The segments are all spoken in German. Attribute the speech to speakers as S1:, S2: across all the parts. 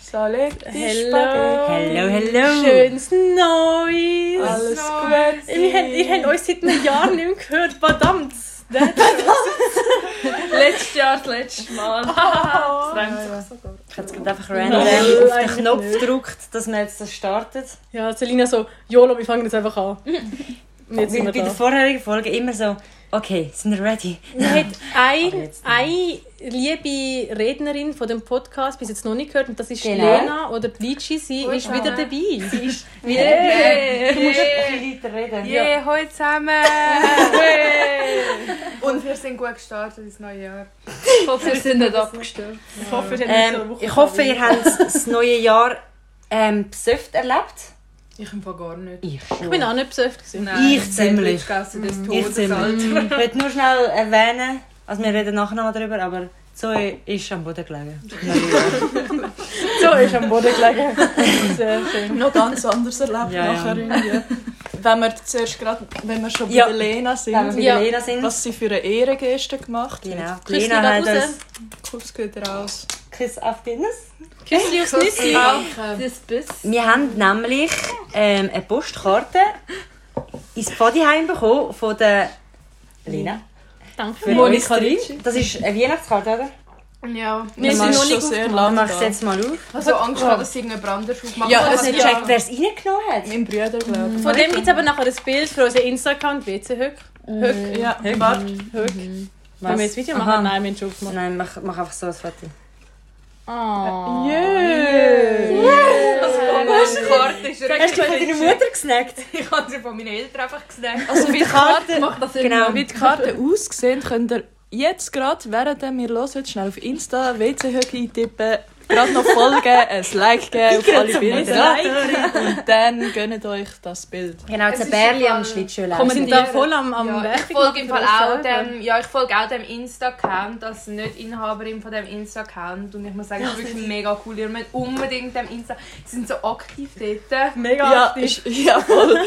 S1: Sollekte
S2: Hello.
S3: Hello, hello.
S2: Schönes Neues.
S1: Alles
S2: So.
S1: gut.
S2: Ihr habt, ihr habt uns seit einem Jahr nicht mehr gehört. Verdammt. Verdammt.
S1: Letztes Jahr das letzte Mal. das reimt sich sogar.
S3: Ich habe jetzt gerade einfach
S2: Nein,
S3: random auf den
S2: eigentlich
S3: Knopf
S2: nicht.
S3: gedrückt, dass wir jetzt das startet.
S2: Ja, Selina so, YOLO, wir fangen jetzt einfach an. Und jetzt
S3: Weil
S2: sind wir
S3: bei der
S2: da.
S3: vorherigen Folge immer so, okay, sind wir ready?
S2: Wir haben
S3: Aber
S2: eine,
S3: jetzt
S2: eine liebe Rednerin von dem Podcast bis jetzt noch nicht gehört und das ist
S3: Genau.
S2: Lena oder die Vici, sie
S4: Guten
S2: ist wieder
S4: Abend.
S2: dabei. Sie ist
S3: Yeah. Du musst
S4: Yeah.
S3: ein bisschen weiter reden.
S4: Yeah, hoi zusammen! Und wir sind gut gestartet ins neue Jahr.
S1: Ich hoffe, wir sind nicht abgestürzt.
S2: Ich hoffe, ihr habt nicht so eine
S3: Ähm,
S2: Woche
S3: ich hoffe,
S2: Covid.
S3: ihr habt das neue Jahr ähm, besöfft erlebt.
S4: Ich empfange gar nicht.
S3: Ich
S2: Ich
S3: schon.
S2: bin auch nicht besäftigt. gewesen.
S3: Ich ziemlich.
S4: Sandwich gegessen des
S3: Ich
S4: Todes,
S3: ziemlich.
S4: Alter.
S3: also Ich möchte nur schnell erwähnen, also wir reden nachher noch darüber, aber Zoe ist am Boden gelegen.
S2: So ist am Boden gelegen. Sehr schön.
S5: noch ganz anders erlebt
S3: Ja, ja.
S5: nachher irgendwie. Wenn wir zuerst gerade, wenn wir schon bei
S3: Ja.
S5: der Lena sind,
S3: Wenn wir mit
S2: Ja.
S3: Lena sind.
S5: was sie für eine Ehrengeste gemacht
S3: Genau.
S5: hat.
S2: Grüß dich
S3: Lena hat
S2: raus.
S3: uns
S5: Kuss geht raus.
S3: Kuss auf die Nuss.
S2: Küsschen aufs Nüssi.
S4: Danke.
S1: Das Biss.
S3: Wir haben nämlich ähm, eine Postkarte ins Pfadiheim bekommen von der Lena.
S2: Danke.
S3: Für
S2: Monika
S3: uns drei.
S2: Ricci.
S3: Das ist eine Weihnachtskarte, oder?
S4: Ja.
S5: Wir
S3: sind
S5: sind
S2: noch
S5: schon
S2: nicht
S5: sehr
S3: Dann
S5: lange
S3: machst du
S5: da.
S3: jetzt mal auf.
S4: Ich habe so Angst, gehabt, dass sie irgendjemand anderes aufmacht.
S5: Ja,
S3: Ich
S5: es
S3: habe nicht
S5: ja.
S3: gecheckt, wer es reingenommen hat.
S5: Mein Bruder, glaube ich.
S2: Von dem gibt es aber nachher ein Bild für unseren Insta-Account, WC Höck. Höck.
S5: Ja, warte.
S2: Höck.
S3: Was?
S2: Wollen wir jetzt Video
S3: Aha.
S2: machen? Nein, wir haben es schon aufgemacht.
S3: Nein, mach, mach einfach so ein Foto.
S4: Ah.
S2: Oh.
S4: Also, die Postkarte ist
S3: Hast du von deiner
S4: richtig.
S3: Mutter gesnackt?
S4: Ich habe sie von meinen Eltern einfach gesnackt.
S5: Also wie die Karte,
S4: Mach das immer.
S3: Genau.
S5: wie die Karte aussehen, könnt ihr jetzt gerade, während wir hören, schnell auf Insta WC-Höcke eintippen, gerade noch folgen, ein Like geben auf alle Bilder. Und dann gönnt euch das Bild.
S3: Genau,
S4: Es
S3: das
S4: ist
S3: Bärli
S4: im
S3: am
S4: Fall-
S3: Schlittschuhlauch.
S2: Wir sind da voll am, am
S4: Ja, ich
S2: Werbung
S4: folge im
S2: machen
S4: Fall
S2: für
S4: auch
S2: uns selber.
S4: dem, ja, ich folge auch dem Insta-Account als nicht Inhaberin von dem Insta-Account und ich muss sagen, es ist wirklich mega cool. Ihr müsst unbedingt dem Insta, sie sind so aktiv dort.
S2: Mega
S5: Ja,
S2: aktiv.
S5: ist, ja voll.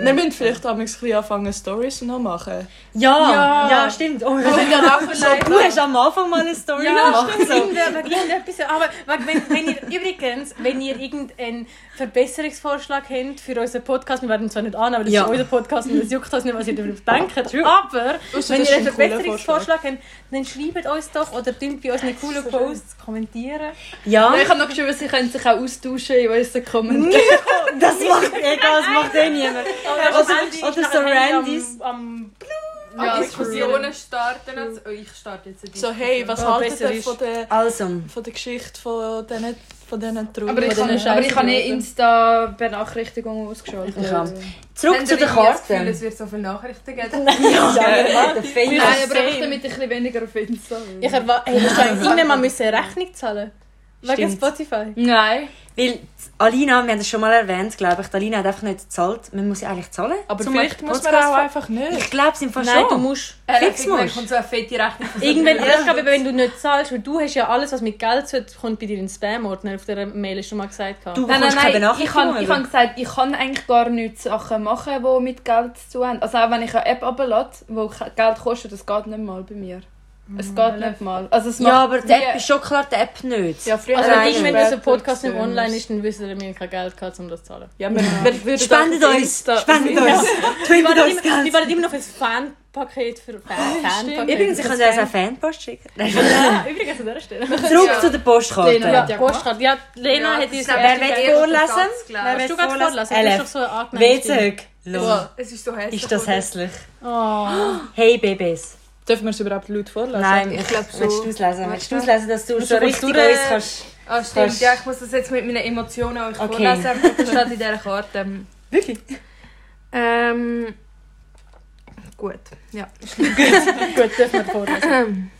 S5: Wir müssen vielleicht am ein bisschen anfangen, Stories noch machen.
S3: Ja, ja,
S4: Ja.
S3: stimmt. Oh,
S4: Wir sind ja dafür live.
S3: du hast am Anfang mal eine Story
S2: Ja,
S3: gemacht.
S2: stimmt.
S3: So.
S2: Wegen irgendetwas. ja. Aber wegen- wenn, wenn ihr übrigens, wenn ihr irgendeinen Verbesserungsvorschlag habt für unseren Podcast, wir werden es zwar nicht annehmen, weil das
S3: Ja.
S2: ist unser Podcast und es juckt uns nicht, was ihr darüber denkt. Aber
S5: Ausser,
S2: wenn
S5: das
S2: ihr einen
S5: ist ein cooler
S2: Verbesserungsvorschlag habt, dann schreibt uns doch oder tun bei unseren coolen Posts kommentieren.
S3: Ja,
S1: Ich habe noch geschrieben, sie können sich auch austauschen in unseren Kommentaren.
S3: das macht egal, das macht eh niemand.
S2: Oder,
S3: oder so Randys.
S2: Am, am
S4: Ja,
S5: Ah,
S4: Diskussionen starten. Also, oh, ich starte jetzt eine
S5: So, hey, was
S2: Ja,
S5: haltet
S2: besser
S5: ihr
S2: ist-
S5: von der,
S3: Also,
S5: von der Geschichte von diesen, von diesen Trauer?
S1: Aber ich,
S5: von
S1: kann,
S5: diesen
S1: aber ich habe eh
S5: Scheissen?
S1: Insta-Benachrichtigungen ausgeschaltet.
S3: Ich hab- zurück zu der
S4: Gefühl, es
S3: Karte.
S4: wird so viele Nachrichten geben.
S3: Ja, der Fehler.
S1: Nein, aber
S2: Same.
S1: einfach damit ich ein bisschen weniger auf Insta bin.
S2: ich erwarte, hey, das heißt, irgendwann mal müssen eine Rechnung zahlen. Wegen
S3: Stimmt.
S2: Spotify.
S1: Nein.
S3: Weil Alina, wir haben es schon mal erwähnt, glaube ich, die Alina hat einfach nicht gezahlt. Man muss ja eigentlich zahlen.
S5: Aber
S3: zum
S5: vielleicht muss man
S3: Podcast-
S5: auch einfach nicht.
S3: Ich glaube es im Fall
S2: Nein, du
S3: schon.
S2: musst.
S1: Äh,
S4: Er
S3: Fix
S4: hat irgendwann
S3: musst.
S4: kommt so eine fette Rechnung. von so
S2: Irgendwann,
S4: vielen-
S2: ich glaube, eben, wenn du nicht zahlst, weil du hast ja alles, was mit Geld zu tun hat, kommt bei dir in den Spam-Ordner. Auf dieser Mail hast du mal gesagt. gehabt.
S3: Du
S1: Nein, nein,
S3: bekommst keine
S1: nein. Ich
S3: Benachrichtigung.
S1: habe ich hab gesagt, ich kann eigentlich gar nicht Sachen machen, die mit Geld zu tun haben. Also auch wenn ich eine App runterlade, die Geld kostet, das geht nicht mal bei mir.
S4: Mhm,
S1: Es geht nicht mal. Also es
S3: ja,
S1: macht
S3: aber die
S1: wie-
S3: App ist schon klar, die App nicht.
S5: Ja, früher
S2: also
S3: nein,
S2: ich, wenn
S5: später
S2: unser Podcast nicht
S5: sehen wir
S2: online
S5: es.
S2: ist, dann wissen wir, wir haben kein Geld gehabt, um das zu zahlen.
S5: Ja, wir, wir würden
S3: Spendet
S5: auf
S3: uns!
S5: Insta-
S3: Spendet
S5: auf
S3: uns!
S5: Insta-
S2: Wir
S3: Tönt
S2: warten
S3: uns
S2: immer, wir
S3: Geld!
S2: warten immer noch auf ein Fanpaket für Fan Fanpaket.
S3: Übrigens, ich kann dir also auch Fanpost schicken. Nein,
S2: Ja, übrigens an dieser Stelle.
S3: Zurück
S4: Ja.
S3: zu der Postkarte.
S1: Lena
S2: Ja,
S1: hat
S2: ja,
S1: ja
S2: Postkarte. Ja, Lena
S4: Ja,
S2: hat
S4: das
S2: uns...
S4: ist auch-
S3: Wer
S4: Ja,
S3: will
S4: ich bin
S3: vorlesen?
S4: ganz klar.
S3: Wer
S2: Hast
S3: will
S2: du gerade
S3: vorlesen?
S2: vorlesen? Du hast doch
S3: LF.
S2: so eine angenehme Stimme.
S3: Wezeg. Lol.
S4: Es ist so hässlich.
S3: Ist das
S4: oder?
S3: hässlich?
S2: Oh.
S3: Hey Babys.
S5: Dürfen wir es überhaupt laut vorlesen?
S3: Nein,
S4: ich
S3: ich
S4: glaub
S3: glaube
S4: so.
S3: Willst du es lesen? Willst du es lesen, dass du
S2: Musst
S3: so
S2: du
S3: richtig
S2: durch-
S3: uns kannst...
S4: Ah, stimmt.
S3: Kannst-
S4: Ja, ich muss das jetzt mit meinen Emotionen euch
S3: Okay.
S4: vorlesen. Das steht in dieser Karte.
S3: Wirklich?
S4: Ähm. Gut. Ja.
S2: Gut, dürfen wir vorlesen.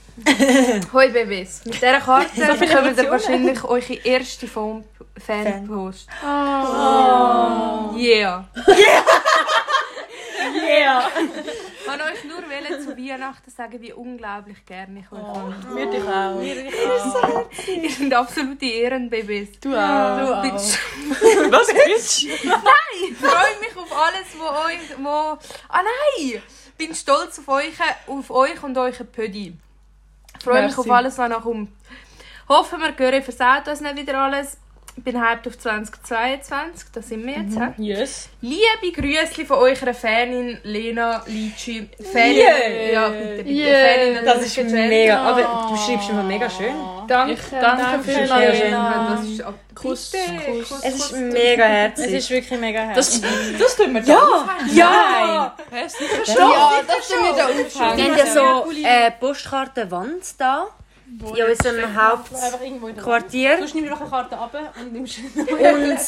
S4: Hoi Babys. Mit dieser Karte
S2: Äh. So viele
S4: bekommt
S2: Emotionen.
S4: ihr wahrscheinlich eure erste Fan- Fanpost. Oh. Yeah.
S3: Yeah!
S4: Ich wollte euch nur wollen, zu Weihnachten sagen, wie unglaublich gerne ich euch
S2: Oh.
S4: habe.
S2: Wir dich auch.
S4: Ihr seid absolute Äh, Ehrenbabys.
S2: Du auch. Du auch.
S4: Bitch.
S5: Was? Bitch?
S4: Ich freue mich auf alles, wo euch. Wo... Ah nein! Bin stolz auf euch, auf euch und euren Pödi. Ich freue mich
S5: Merci.
S4: auf alles, was noch kommt. Hoffen wir, Göre versaut uns nicht wieder alles. bin hyped auf 2022, da sind wir jetzt. hä?
S2: Yes.
S4: Liebe Grüße von eurer Fanin Lena Litschi. Fanin,
S3: Yeah.
S4: ja bitte, bitte.
S1: Yeah.
S4: Fanin,
S3: Das ist
S4: Litschi
S3: mega. Aber du schreibst immer mega schön.
S4: Danke,
S5: Ich-
S4: danke
S5: danke
S4: für
S5: schön.
S4: Lena. Das ist auch
S5: Kuss,
S4: Bitte,
S5: Kuss.
S3: Es ist mega
S2: Es
S3: herzig.
S2: ist wirklich mega herzig.
S5: Das, das tun wir ja.
S3: Ja!
S1: Ja, das sind wir da
S3: Wir haben ja so äh, Postkartenwand da in unserem
S2: Einfach irgendwo in der
S3: Hauptquartier.
S2: Du nimmst einfach eine Karte ab und nimmst
S3: Und,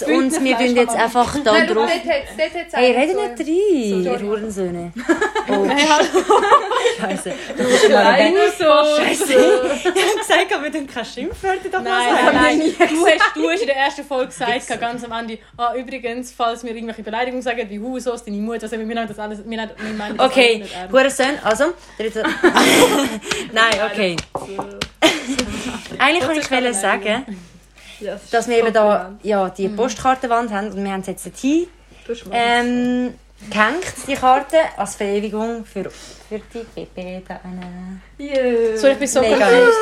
S3: und wir tun jetzt einfach da
S4: Nein, schau,
S3: drauf.
S4: dort hat's- dort hat's
S3: Hey,
S4: einen
S3: redet
S4: so-
S3: nicht rein,
S4: so-
S3: ihr Hurensöhne. Oh, Scheiße. Das ist schon mal ein
S4: Nein, so.
S3: Scheiße. Ich habe gesagt, aber wir dürfen keine Schimpfwörter doch
S2: Nein,
S3: mal
S2: nein,
S3: sagen.
S2: nein. Du hast, du hast in der ersten Folge gesagt, ganz am Ende, ah, übrigens, falls wir irgendwelche Beleidigungen sagen, wie Husos, deine Mutter, also, wir meinen das alles, wir, nehmen- wir meinen das alles
S3: Okay,
S2: nicht ernst.
S3: Hurensöhne, also. dritte- Nein, okay. Eigentlich wollte ich sagen, dass wir eben da ja, die Postkartenwand haben und wir haben sie jetzt dorthin ähm, gehängt, die Karte, als Verewigung für, für die PP da eine.
S2: So, ich bin so
S3: Mega.
S2: confused.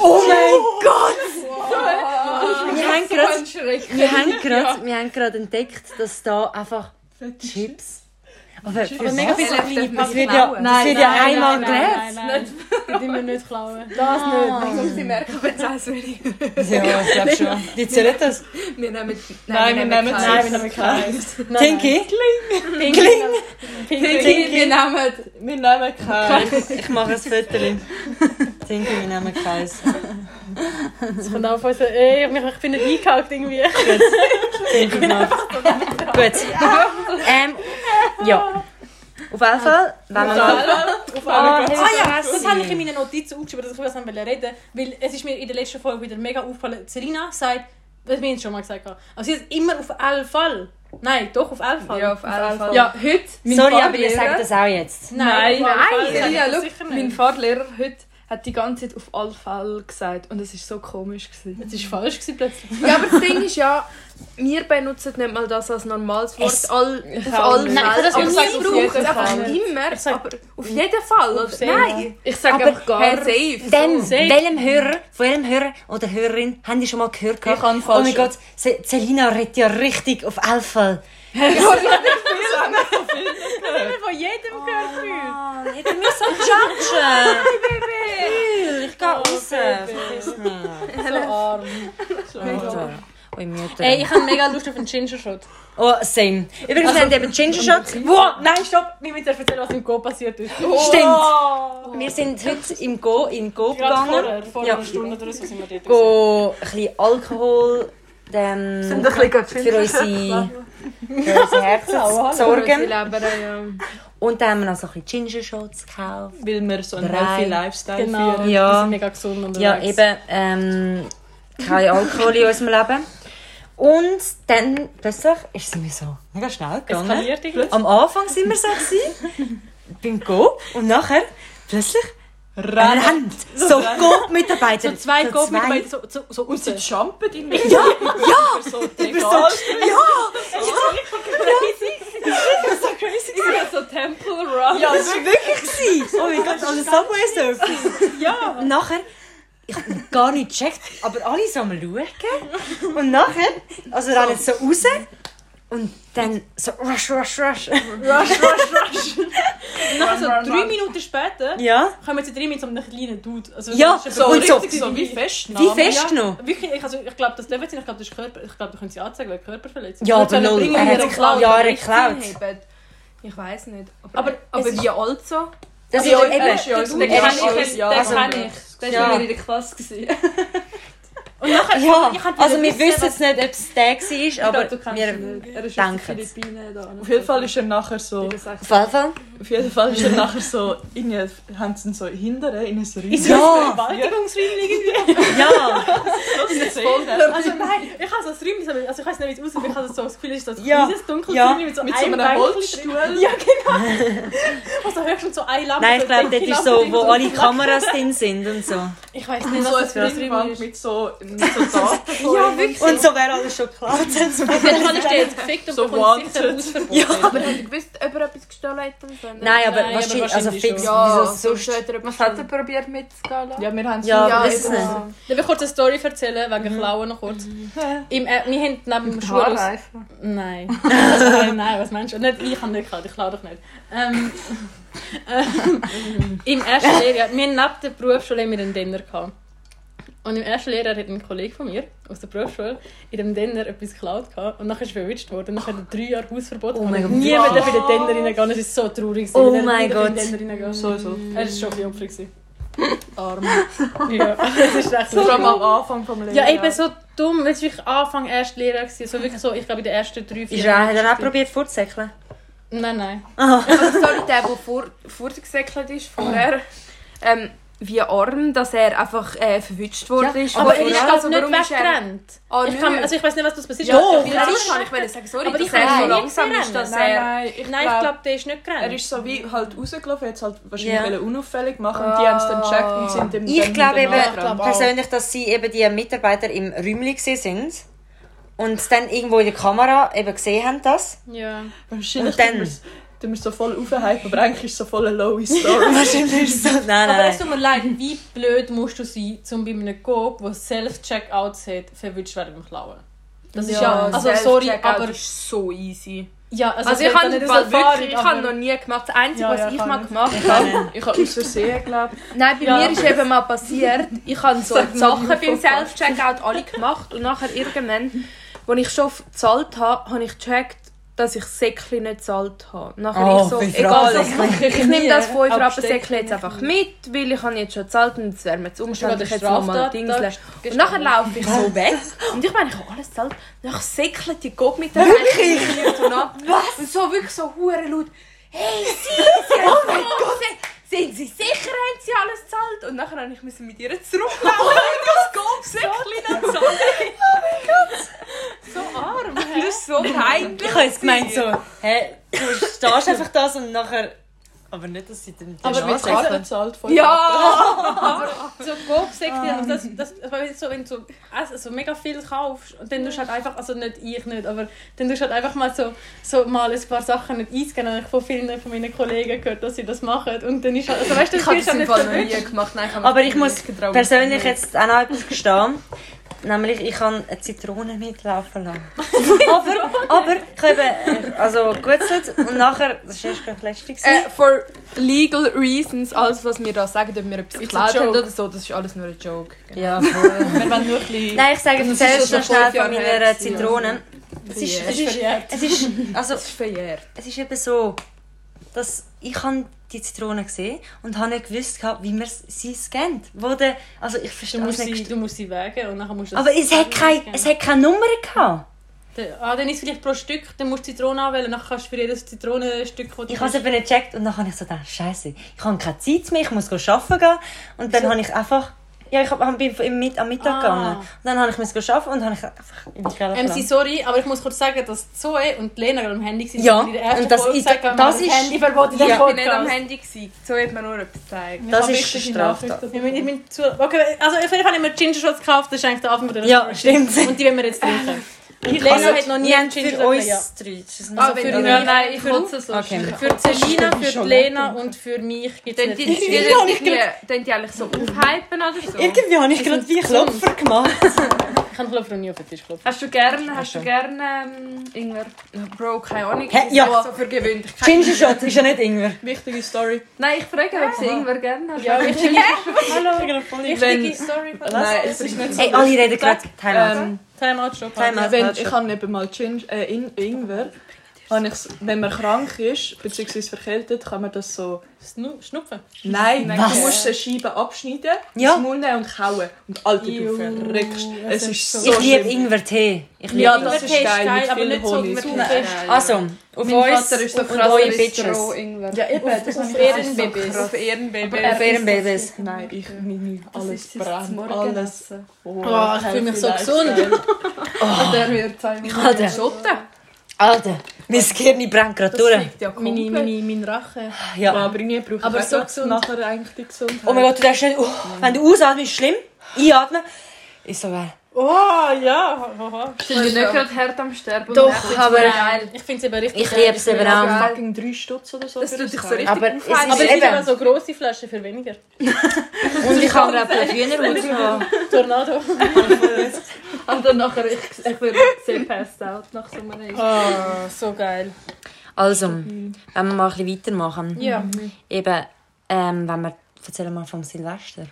S3: Oh mein Gott!
S2: Oh,
S3: Wir haben gerade
S4: Ganz schrecklich.
S3: Wir haben gerade, wir haben gerade entdeckt, dass da einfach Chips. Aber für
S2: Aber mega
S3: was?
S2: viele kleine
S3: Das
S2: Packungen.
S3: wird ja, das wird ja einmal
S2: nein,
S3: gelesen.
S2: nein, nein. Die müssen wir nicht klauen. Ah.
S4: Das nicht. Also, Sie merken, wenn es eins wäre.
S3: Ja, ich glaube schon. Die Zerettas.
S4: Wir nehmen
S5: Nein, wir nehmen
S4: keins.
S5: Nein,
S3: wir nehmen
S2: keins.
S3: Tinky.
S2: Pink.
S4: Tinky, Wir nehmen...
S5: Wir nehmen keinen.
S3: Ich mache ein Viertel. Tinky, wir nehmen keins.
S2: Das kommt auch von so, ey, ich mich- ich bin nicht eingehakt irgendwie.
S3: Tinky gemacht. Gut. Ähm, ja. Auf jeden Fall, wenn man mal...
S2: Ah,
S3: Ah,
S2: ja, das
S3: Jessie.
S2: habe ich in meinen Notizen aufgeschrieben, dass ich über das reden wollte. Weil es ist mir in der letzten Folge wieder mega aufgefallen. Serena sagt, was wir haben es schon mal gesagt haben, aber sie sagt immer auf alle Fall. Nein, doch auf alle Fall.
S4: Ja, auf jeden Fall.
S1: Ja, heute, mein
S3: Sorry,
S1: Fahrlehrer-
S3: aber ihr sagt das auch jetzt.
S2: nein,
S4: Nein,
S2: auf alle Fälle.
S4: Serena,
S2: Sag ich das
S1: schau,
S2: sicher nicht.
S1: Mein Fahrlehrer heute hat die ganze Zeit auf alle Fälle gesagt und es war so komisch. Gewesen.
S2: Das war falsch gewesen plötzlich.
S4: Ja, aber das Ding ist ja, wir benutzen nicht mal das als normales Wort.
S3: Es-
S4: all, auf
S1: auch
S4: alle
S1: nicht.
S2: Nein, ich
S4: Fälle.
S2: sag,
S4: Aber
S2: das
S4: sie
S2: sag ich auf
S4: brauchen es
S1: jeden
S4: einfach
S1: Fall.
S4: immer.
S2: Ich sag-
S4: aber auf jeden Fall.
S2: Auf jeden Fall.
S4: Nein,
S1: Ich sage
S3: Aber
S1: einfach gar
S4: Herr Safe.
S3: Dem,
S2: Safe.
S3: welchem Hörer, von welchem Hörer oder Hörerin haben die schon mal gehört? gehabt?
S1: Ich kann
S3: oh
S1: falsch-
S3: mein Gott, Se- Selina redet ja richtig auf Alpha.
S2: Ich von
S4: Oh,
S2: jedem gehört.
S3: Mann, ich bin mir so judgen. Baby. Ich gehe raus. Vergiss mich.
S2: So arm.
S3: Mutter. Oi, Mutter.
S2: Ey, ich habe mega Lust auf einen Ginger-Shot.
S3: Oh, same. Übrigens, wir haben eben Ginger Shots.
S2: Wow,
S3: nou,
S2: nein, stopp! Wir müssen erzählen, was im Go passiert ist.
S3: Stimmt.
S2: Oh.
S3: Wir sind heute im Go, in Go
S2: Gerade
S3: gegangen.
S2: vorher, vor
S3: Ja.
S2: einer Stunde oder so sind wir dort.
S3: Go, ein bisschen Alkohol. Dann für unsere, für unsere Herzenssorgen. Und dann haben wir noch so ein bisschen Ginger Shots gekauft.
S5: Weil wir so einen
S3: Drei.
S5: healthy Lifestyle
S2: Genau,
S5: führen.
S3: Ja.
S2: wir sind mega gesund unterwegs.
S3: Ja, eben ähm, kein Alkohol in unserem Leben. Und dann plötzlich ist sie mir so mega schnell gegangen.
S2: Eskaliert irgendwie.
S3: Am Anfang sind wir so gewesen, beim Go und nachher plötzlich
S5: Rennen.
S3: rennt so Go-Mitarbeiter.
S2: So zwei
S3: So
S2: Go mit so, so, so
S5: Und sie
S2: raus.
S5: jumpen in mich. Ja, ja. So
S3: Über so, ja,
S1: so Temple Run.
S3: ja, das war wirklich gewesen. Oh mein Gott, alle Subway Surfers.
S2: Ja.
S3: Und nachher, ich hab gar nicht gecheckt, aber alle so am schauen. Und nachher, also rennen so raus und dann so rush, rush, rush.
S2: Und nachher so drei Minuten später
S3: Ja.
S2: kommen sie drei mit so einem kleinen Dude. Also,
S3: Ja,
S2: das ist
S3: so,
S2: aber
S3: und so.
S2: richtig
S5: So wie fest.
S2: nou?
S3: Wie nou? festgenommen?
S2: Wirklich, ich, also, ich glaube, das dürfen sie nicht. Ich glaube, das ist Körper... Ich glaube, da können sie anzeigen, wegen Körperverletzung.
S3: Ja,
S2: Gut,
S3: aber
S2: dann
S3: null.
S2: bringen
S3: Er
S2: wir
S3: hat
S2: ihn
S3: geklaut.
S2: geklaut.
S3: Ja, er hat geklaut.
S4: Ich weiß nicht. Aber,
S2: Aber
S4: aber,
S2: es
S4: wie alt so?
S3: Das ist
S2: Ja,
S3: eben...
S2: eben.
S5: Ja, das
S2: Den
S5: ist
S2: kann
S5: schon-
S2: ich, den
S5: ja.
S2: kann ich.
S1: Das
S3: Ja.
S1: war ja. in der Klasse. gewesen.
S2: Und nachher...
S3: Ja,
S2: ich hab
S3: also wir
S2: wieder
S3: wissen jetzt nicht, ob es der war, aber
S2: glaube, du kannst
S3: wir...
S1: Er ist
S3: Danke.
S1: auf den Philippinen. Da,
S5: Auf jeden Fall ist er nachher so.
S3: Auf jeden Fall.
S5: Auf jeden Fall ist er nachher so. Irgendwie haben sie ihn so hinterher in ein Ring.
S3: Ja.
S2: Vergewaltigungsring irgendwie.
S3: Ja!
S2: Also nein, ich habe so ein Räumchen, so- also ich weiß nicht, wie es aussieht, aber ich habe so das Gefühl, es ist so ein
S3: Ja,
S2: kleines, dunkles
S3: ja,
S2: Räumchen mit so
S5: Mit so
S2: einem
S5: einem
S2: Bänkchen
S5: Holzstuhl.
S2: drin. Ja, genau. also höchstens so eine Lampe.
S3: Nein, ich
S2: so
S3: glaube,
S2: eine
S3: dort ist
S2: Lampe
S3: so,
S2: drin,
S3: wo
S2: so
S3: alle
S2: eine-
S3: Kameras drin sind und so.
S2: Ich weiß nicht,
S5: So
S2: was das für
S5: eine
S2: ein Räumchen
S5: Springbank
S2: ist.
S5: mit so, mit so Daten.
S2: Ja, wirklich.
S3: Und so wäre alles schon geklaut.
S2: Dann kann Also, ich dir jetzt gefickt und
S5: So
S2: bekommst sicher
S5: wanted.
S2: ein Hausverbot.
S4: Aber hat er gewusst, ob er etwas gestohlen hat? oder so?
S3: Nein, aber
S2: Nein, aber
S3: wahrscheinlich, also
S2: wahrscheinlich schon.
S3: fix,
S4: Ja,
S3: wieso sonst?
S4: hat er, was hat er probiert mitzugehen?
S5: Ja, wir haben
S3: Ja,
S5: ja.
S3: wissen es
S4: eben.
S3: nicht.
S2: Dann will ich kurz eine Story erzählen wegen
S3: Mhm.
S2: klauen noch kurz. Im, äh, wir haben neben dem Schulhaus... Nein. nein, nein, was meinst du? Nicht, ich habe nicht geklaut, ich klaue doch nicht. Ähm, ähm, Im ersten Lehrjahr, wir haben neben der Berufsschule haben wir einen Dinner gehabt. Und im ersten Lehrjahr hat ein Kollege von mir aus der Berufsschule in dem Dinner etwas geklaut gehabt und nachher ist er verwitscht worden. Und nachher hat er drei Jahre Hausverbot.
S3: Oh
S2: und
S3: mein Gott.
S2: Niemand darf in den Dinner reingehen, das ist so traurig.
S3: Oh
S2: Niemand darf
S3: mein
S2: in den
S3: Gott.
S2: Dinner reingehen.
S5: So, so.
S2: Er war schon ein bisschen Opfer. gewesen.
S5: Arm.
S2: Ja, das ist echt so.
S6: Vor allem am Anfang vom Leben.
S2: Ja, ich bin so dumm, weil es wirklich Anfang erst Lehrer war. So wirklich so, ich glaube in den ersten drei, vier
S3: Ist er, hat er auch probiert vorzusäckeln?
S2: Nein, nein.
S4: Sorry, der, der vor, vorgesäckelt ist vorher, ähm, wie arm, dass er einfach äh, verwünscht worden ist.
S2: aber er
S4: Warum-
S2: ist
S4: also
S2: glaube nicht
S4: warum ist er-
S2: weggerannt.
S4: Ah,
S2: ich,
S4: nicht.
S2: kann, also ich weiß nicht, was das passiert
S4: Ja,
S2: ist.
S4: doch,
S2: Wie
S4: das
S2: das
S4: ist
S2: ist-
S4: schon. Ich wollte sagen, sorry,
S2: Aber
S4: dass
S2: ich
S4: er so
S2: kann-
S4: langsam
S2: Nein,
S4: ist, dass
S6: nein,
S4: er...
S6: nein, ich
S2: Nein, ich
S6: glaub,
S2: glaube, der ist nicht gerannt.
S5: Er ist so wie halt rausgelaufen, jetzt halt wahrscheinlich
S3: Ja. Ah.
S5: wollen unauffällig machen und die haben es dann gecheckt und sind dem
S3: Ich
S5: dann
S3: glaube eben
S5: hinterher gerannt.
S3: persönlich, dass sie eben die Mitarbeiter im Räumli gewesen sind und dann irgendwo in der Kamera eben gesehen haben das.
S2: ja.
S5: Wahrscheinlich
S3: Und dann?
S5: tun wir's- tun wir so voll aufhypen, aber eigentlich ist es so voll eine low Story.
S3: Wahrscheinlich ist es so. Nein,
S2: Aber es
S3: nein.
S2: tut mir leid, wie blöd musst du sein, um bei einem Coop, der Self-Checkouts hat, verwünscht werden beim Klauen? Das ist ja, also sorry,
S4: Self-Checkout
S2: aber...
S4: ist so easy.
S2: Ja, also,
S4: Also
S2: es
S4: ich
S2: wird
S4: habe
S2: dann nicht
S4: Ball
S2: so erfahren,
S4: wirklich, ich
S2: aber-
S4: habe noch nie gemacht. Das Einzige,
S5: Ja,
S4: was
S5: ja,
S4: ich
S5: kann
S4: mal
S5: ich.
S4: gemacht
S3: Ich kann
S4: habe...
S3: nicht.
S5: Ich habe aus Versehen, glaube
S4: Nein, bei
S2: Ja.
S4: mir ist eben mal passiert, ich habe so
S5: Sag
S4: die
S5: mal,
S4: Sachen
S5: wie du
S4: beim Self-Checkout alle gemacht und nachher irgendwann, als ich schon gezahlt habe, habe ich gecheckt, dass ich das Säckchen nicht gezahlt habe. Nachher
S3: Oh,
S4: ich so,
S3: fünf
S4: egal,
S3: Rappen.
S4: ich nehme das 5
S5: Aber
S4: Rappen Säckchen
S5: stecken
S4: jetzt einfach mit, weil ich habe jetzt schon gezahlt und es wäre mir zu umständlich,
S2: Ist sogar
S4: jetzt
S2: der
S4: nochmal
S2: Straftat
S4: Dingseln.
S2: da
S4: Und nachher
S2: gestanden.
S4: laufe ich so weg und ich meine, ich habe alles gezahlt. Nachher säckelt die Gott mit der Wirklich? Was? Und so wirklich so hure laut, hey, sie, sie haben oh mein Gott. Sind Sie sicher, haben Sie alles gezahlt? Und nachher habe ich müssen mit ihr zurücklaufen. Oh mein Gott, Säckchen gezahlt.
S2: So arm, hä?
S4: Das ist so peinlich.
S3: Ich habe jetzt gemeint so, hä, du stehst einfach das und nachher... Aber nicht, dass sie dann
S5: ich.
S3: Aber
S5: Karte bezahlt von
S4: Ja!
S2: so grob gesagt,
S3: Ah.
S2: ja, das, das, das, weil so, wenn du so, also, so mega viel kaufst und dann tust du halt einfach, also nicht ich nicht, aber dann tust du halt einfach mal so, so mal ein paar Sachen nicht eingehen. Und ich von vielen von meinen Kollegen gehört, dass sie das machen und dann ist halt, also weißt du,
S4: Ich habe
S2: wirst
S4: das im
S2: halt
S4: Fall noch
S2: verwünscht.
S4: nie gemacht. Nein, ich habe
S3: Aber
S4: mich
S3: ich muss
S4: nicht getraut.
S3: persönlich jetzt auch noch etwas gestehen. Nämlich, ich habe eine Zitrone mitlaufen lassen. aber, aber ich habe eben, äh, also gegutzelt und nachher, das war erst gerade letzte. Äh,
S4: Äh, for legal reasons, alles was wir da sagen, ob wir etwas
S2: It's a
S4: geklaut haben
S2: joke.
S4: oder so, das ist alles nur ein Joke.
S3: ja, voll.
S2: Wir wollen nur ein bisschen...
S3: Nein, ich sage
S4: Das ist
S3: zuerst
S4: schon
S3: noch
S4: vor
S3: schnell
S4: fünf
S3: von
S4: Jahren
S3: meiner
S4: her.
S3: Zitrone. Es ist,
S2: Das ist
S3: es ist,
S2: verjährt.
S3: es ist, also,
S4: Das ist verjährt.
S3: es ist eben so, dass ich habe die Zitrone gesehen und habe nicht gewusst, gehabt, wie man sie scannt. Wo der, also ich
S2: Du
S3: verstehe es
S2: musst,
S3: nicht.
S2: sie, du musst sie wägen und nachher musst du das-
S3: Aber es hat, keine, es hat keine Nummer gehabt.
S2: Dann- Ah, dann ist es vielleicht pro Stück, dann musst du Zitrone anwählen, dann kannst du für jedes Zitronenstück, das du
S3: Ich habe es eben nicht gecheckt und dann habe ich so gedacht, Scheiße, ich habe keine Zeit mehr, ich muss go arbeiten gehen. Und dann habe ich einfach, ja, ich hab- bin im Mit am Mittag
S2: Ah.
S3: gegangen. Und dann habe ich müssen go arbeiten und dann habe ich einfach in die Keller
S2: Ähm,
S3: gelassen.
S2: sie, sorry, aber ich muss kurz sagen, dass Zoe und Lena gerade am Handy waren.
S3: Ja,
S2: in der ersten
S3: und das
S2: Folge
S3: ist-
S2: gesagt haben,
S3: das
S2: wir
S3: ist-
S2: haben Handyverbot in der
S3: Ja. Ich
S4: Ich war nicht am
S2: Podcast.
S4: Handy, gewesen. so hat man nur etwas
S3: Das
S4: gezeigt.
S2: Ich
S3: ist
S2: habe wichtige
S3: Straftat.
S2: Nachrichten. Wir müssen- wir müssen zu- Okay, also auf jeden Fall haben wir Ginger Shots gekauft, das ist eigentlich der Anfang der
S3: Ja, stimmt.
S2: Und die wollen wir jetzt trinken. Und Lena
S3: Also,
S2: hat noch nie einen Ginger
S3: für
S2: Shot
S3: uns
S2: ja. Also
S3: drei. Das ist
S4: Ah,
S3: nicht
S4: wenn
S3: so
S4: du
S3: viel.
S4: nein, nein, ich kotze so
S3: Okay.
S4: schnell.
S2: Für Celina, für die Lena und für mich gibt
S4: Dann
S2: es
S4: die,
S2: nicht.
S4: die, die, die, die, die eigentlich so aufhypen oder so.
S3: Irgendwie habe ich gerade wie Klopfer gemacht.
S2: Ich kann Klopfer nie auf den Tisch klopfen.
S4: Hast du gerne, hast du gerne ähm, Ingwer? Bro, keine Ahnung.
S3: Hä? Ja.
S4: So- So für Gewöhnlichkeit.
S3: Ginger Shot ist ja nicht Ingwer.
S5: Wichtige Story.
S4: Nein, ich frage, ob sie Ingwer gerne haben.
S2: Ja, wichtige, Hallo.
S3: Hey,
S2: wichtige Story.
S5: Nein, es ist nicht so.
S3: alle reden Ehm, gerade Thailand.
S5: Ähm,
S2: Timeout, Stopp.
S3: Timeout. Ja,
S5: wenn,
S3: das
S5: ich
S3: schon.
S5: habe eben mal Ginger, äh, In- Ingwer. Habe ich's, wenn man krank ist, bzw. verkältet, kann man das so...
S2: Snu- Schnupfen.
S5: Nein,
S4: Was?
S5: du musst eine Scheibe abschneiden,
S3: Ja.
S5: ins Mund nehmen und kauen. Und Alter, du
S2: Iu,
S5: verrückst.
S2: das
S5: Es ist
S2: ist
S5: so
S2: so
S3: ich liebe
S5: schlimm.
S3: Ingwer-Tee. Ich liebe
S5: Ja,
S3: Ingwer.
S5: das ist
S2: Ingwer-Tee
S5: geil, mit
S2: aber
S5: viel
S2: nicht so
S5: Honig.
S2: mit
S4: Nein, nein,
S2: Fest.
S4: nein.
S3: Also, auf
S4: mein
S3: uns
S4: Vater ist so
S3: und
S4: krass,
S3: eure
S4: er isst
S3: Bitches.
S4: roh Ingwer.
S5: Ja, eben, das habe
S2: Auf
S5: ich auch so
S2: Ehrenbabys.
S4: Auf Ehrenbaby.
S3: Auf ihren Babys.
S5: Nein, ich nehme alles
S4: ist das
S5: brennt, alles.
S4: Morgenessen.
S2: Oh, ich fühle mich so gesund.
S4: Und der wird sein.
S3: Alter.
S4: Schotten.
S3: Alter, mein Gehirn brennt gerade
S4: Das
S3: durch.
S4: liegt ja
S2: Meine,
S4: komplett.
S2: meine, mein Rache.
S5: Ja,
S3: Ja.
S5: aber irgendwie brauche
S2: Aber
S5: ich
S2: so
S5: auch
S2: gesund.
S5: nachher eigentlich die Gesundheit.
S3: Oh mein Gott, du darfst nicht... Oh, wenn du ausatmest, ist schlimm. Einatmen. Ist so geil.
S2: Oh, ja.
S4: Ich bin nicht gerade hart am Sterben.
S3: Doch,
S4: Und dann-
S3: aber-
S2: Geil. Ich finde es eben richtig
S3: Ich liebe es eben auch.
S4: Ja.
S5: fucking drei Stutz oder so.
S4: Das
S5: für
S4: tut
S5: das
S4: dich so
S5: Teil.
S4: richtig
S3: Aber es
S4: aufheizen.
S2: Aber es
S3: Eben.
S2: gibt eben so grosse Flaschen für weniger.
S3: Und ich habe gerade Hühnerhaut gehabt.
S2: Tornado. dann nachher, ich, ich würde sehr passed out nach so einem Ah,
S5: Oh, so geil.
S3: Also, wenn wir mal ein bisschen weitermachen.
S2: Ja.
S3: Eben, ähm, wenn wir, erzähl mal vom Silvester.